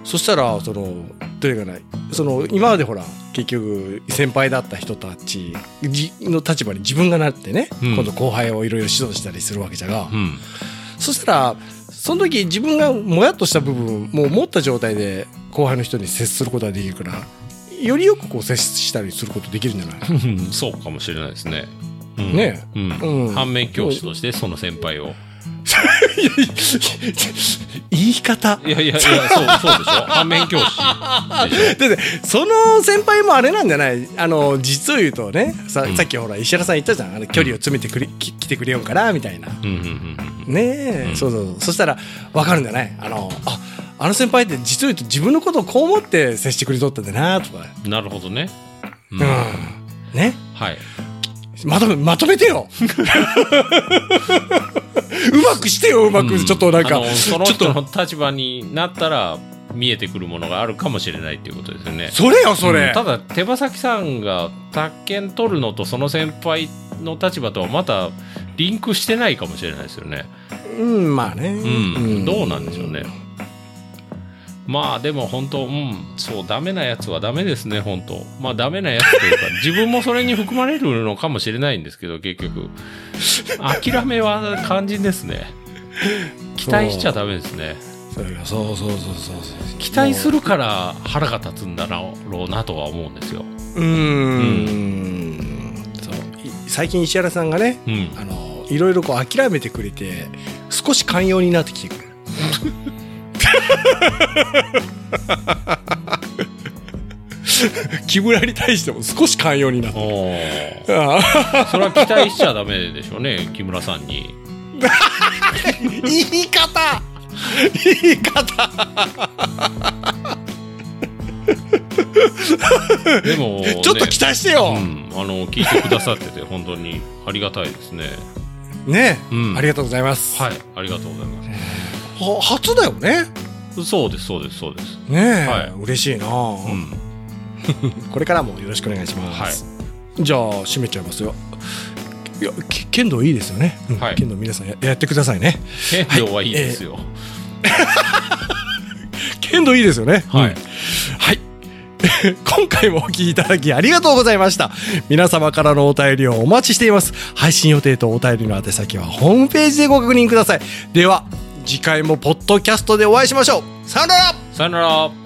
[SPEAKER 2] そしたらそのどれがないその今までほら結局先輩だった人たちじの立場に自分がなってね、
[SPEAKER 3] うん
[SPEAKER 2] 今度後輩をいろいろ指導したりするわけじゃが、
[SPEAKER 3] うん
[SPEAKER 2] そしたらその時自分がもやっとした部分もう持った状態で後輩の人に接することができるからよりよくこう接したりすることできるんじ ゃない
[SPEAKER 3] うんそうかもしれないですね。うん、
[SPEAKER 2] ね
[SPEAKER 3] うん
[SPEAKER 2] うん
[SPEAKER 3] 反面教師としてその先輩を。
[SPEAKER 2] 言い方
[SPEAKER 3] いやいやいや、そうそうでしょ。反面教師でし
[SPEAKER 2] だってその先輩もあれなんじゃないあの実を言うとねさ,、
[SPEAKER 3] うん
[SPEAKER 2] さっきほら石原さん言ったじゃんあの距離を詰めてくれ、き来てくれようからみたいな
[SPEAKER 3] ょ。うんうんうん
[SPEAKER 2] ねえ、
[SPEAKER 3] うん
[SPEAKER 2] そうそうそうそしたら分かるんじゃないあのああの先輩って実を言うと自分のことをこう思って接してくれとったんだなとか、
[SPEAKER 3] うん。なるほどね。うん
[SPEAKER 2] うんね
[SPEAKER 3] はい。
[SPEAKER 2] まとめまとめてよ うまくしてよ、うまく。ちょっとなんか
[SPEAKER 3] あ、のその
[SPEAKER 2] ちょっ
[SPEAKER 3] 人
[SPEAKER 2] と、
[SPEAKER 3] の立場になったら見えてくるものがあるかもしれないっていうことですよね。
[SPEAKER 2] それよ、それ。
[SPEAKER 3] ただ手羽先さんが宅建取るのとその先輩の立場とはまたリンクしてないかもしれないですよね。
[SPEAKER 2] うん、まあね。う
[SPEAKER 3] うん、どうなんでしょうね。まあでも本当、うん、そう、ダメなやつはダメですね、本当。まあダメなやつ というか、自分もそれに含まれるのかもしれないんですけど、結局。諦めは肝心ですね。期待しちゃダメですね。
[SPEAKER 2] それがそうそうそうそうそう。
[SPEAKER 3] 期待するから腹が立つんだろうなとは思うんですよ。
[SPEAKER 2] うーん。そう。い最近石原さんがね、
[SPEAKER 3] うん。
[SPEAKER 2] あの、いろいろこう諦めてくれて、少し寛容になってきて くれる。木村に対しても少し寛容になった。
[SPEAKER 3] おー
[SPEAKER 2] ああ
[SPEAKER 3] それは期待しちゃダメでしょうね、 木村さんに。
[SPEAKER 2] 言い方言い方
[SPEAKER 3] でも、ね、
[SPEAKER 2] ちょっと期待してよ、
[SPEAKER 3] うん、あの聞いてくださってて本当にありがたいですね。
[SPEAKER 2] ね、
[SPEAKER 3] うん
[SPEAKER 2] ありがとうございます、
[SPEAKER 3] はい、ありがとうございま
[SPEAKER 2] は初だよね
[SPEAKER 3] す。そうです、そうです、そうです。
[SPEAKER 2] ねえ、
[SPEAKER 3] はい
[SPEAKER 2] 嬉しいな、
[SPEAKER 3] うん、
[SPEAKER 2] これからもよろしくお願いします、じゃあ締めちゃいますよいやけ剣道いいですよね、うん
[SPEAKER 3] はい
[SPEAKER 2] 剣道皆さんややってくださいね
[SPEAKER 3] 変量はいいですよ。
[SPEAKER 2] 剣道いいですよね
[SPEAKER 3] はい
[SPEAKER 2] うんはい 今回もお聞きいただきありがとうございました皆様からのお便りをお待ちしています配信予定とお便りの宛先はホームページでご確認くださいでは次回もポッドキャストでお会いしましょうさよなら
[SPEAKER 3] さよなら。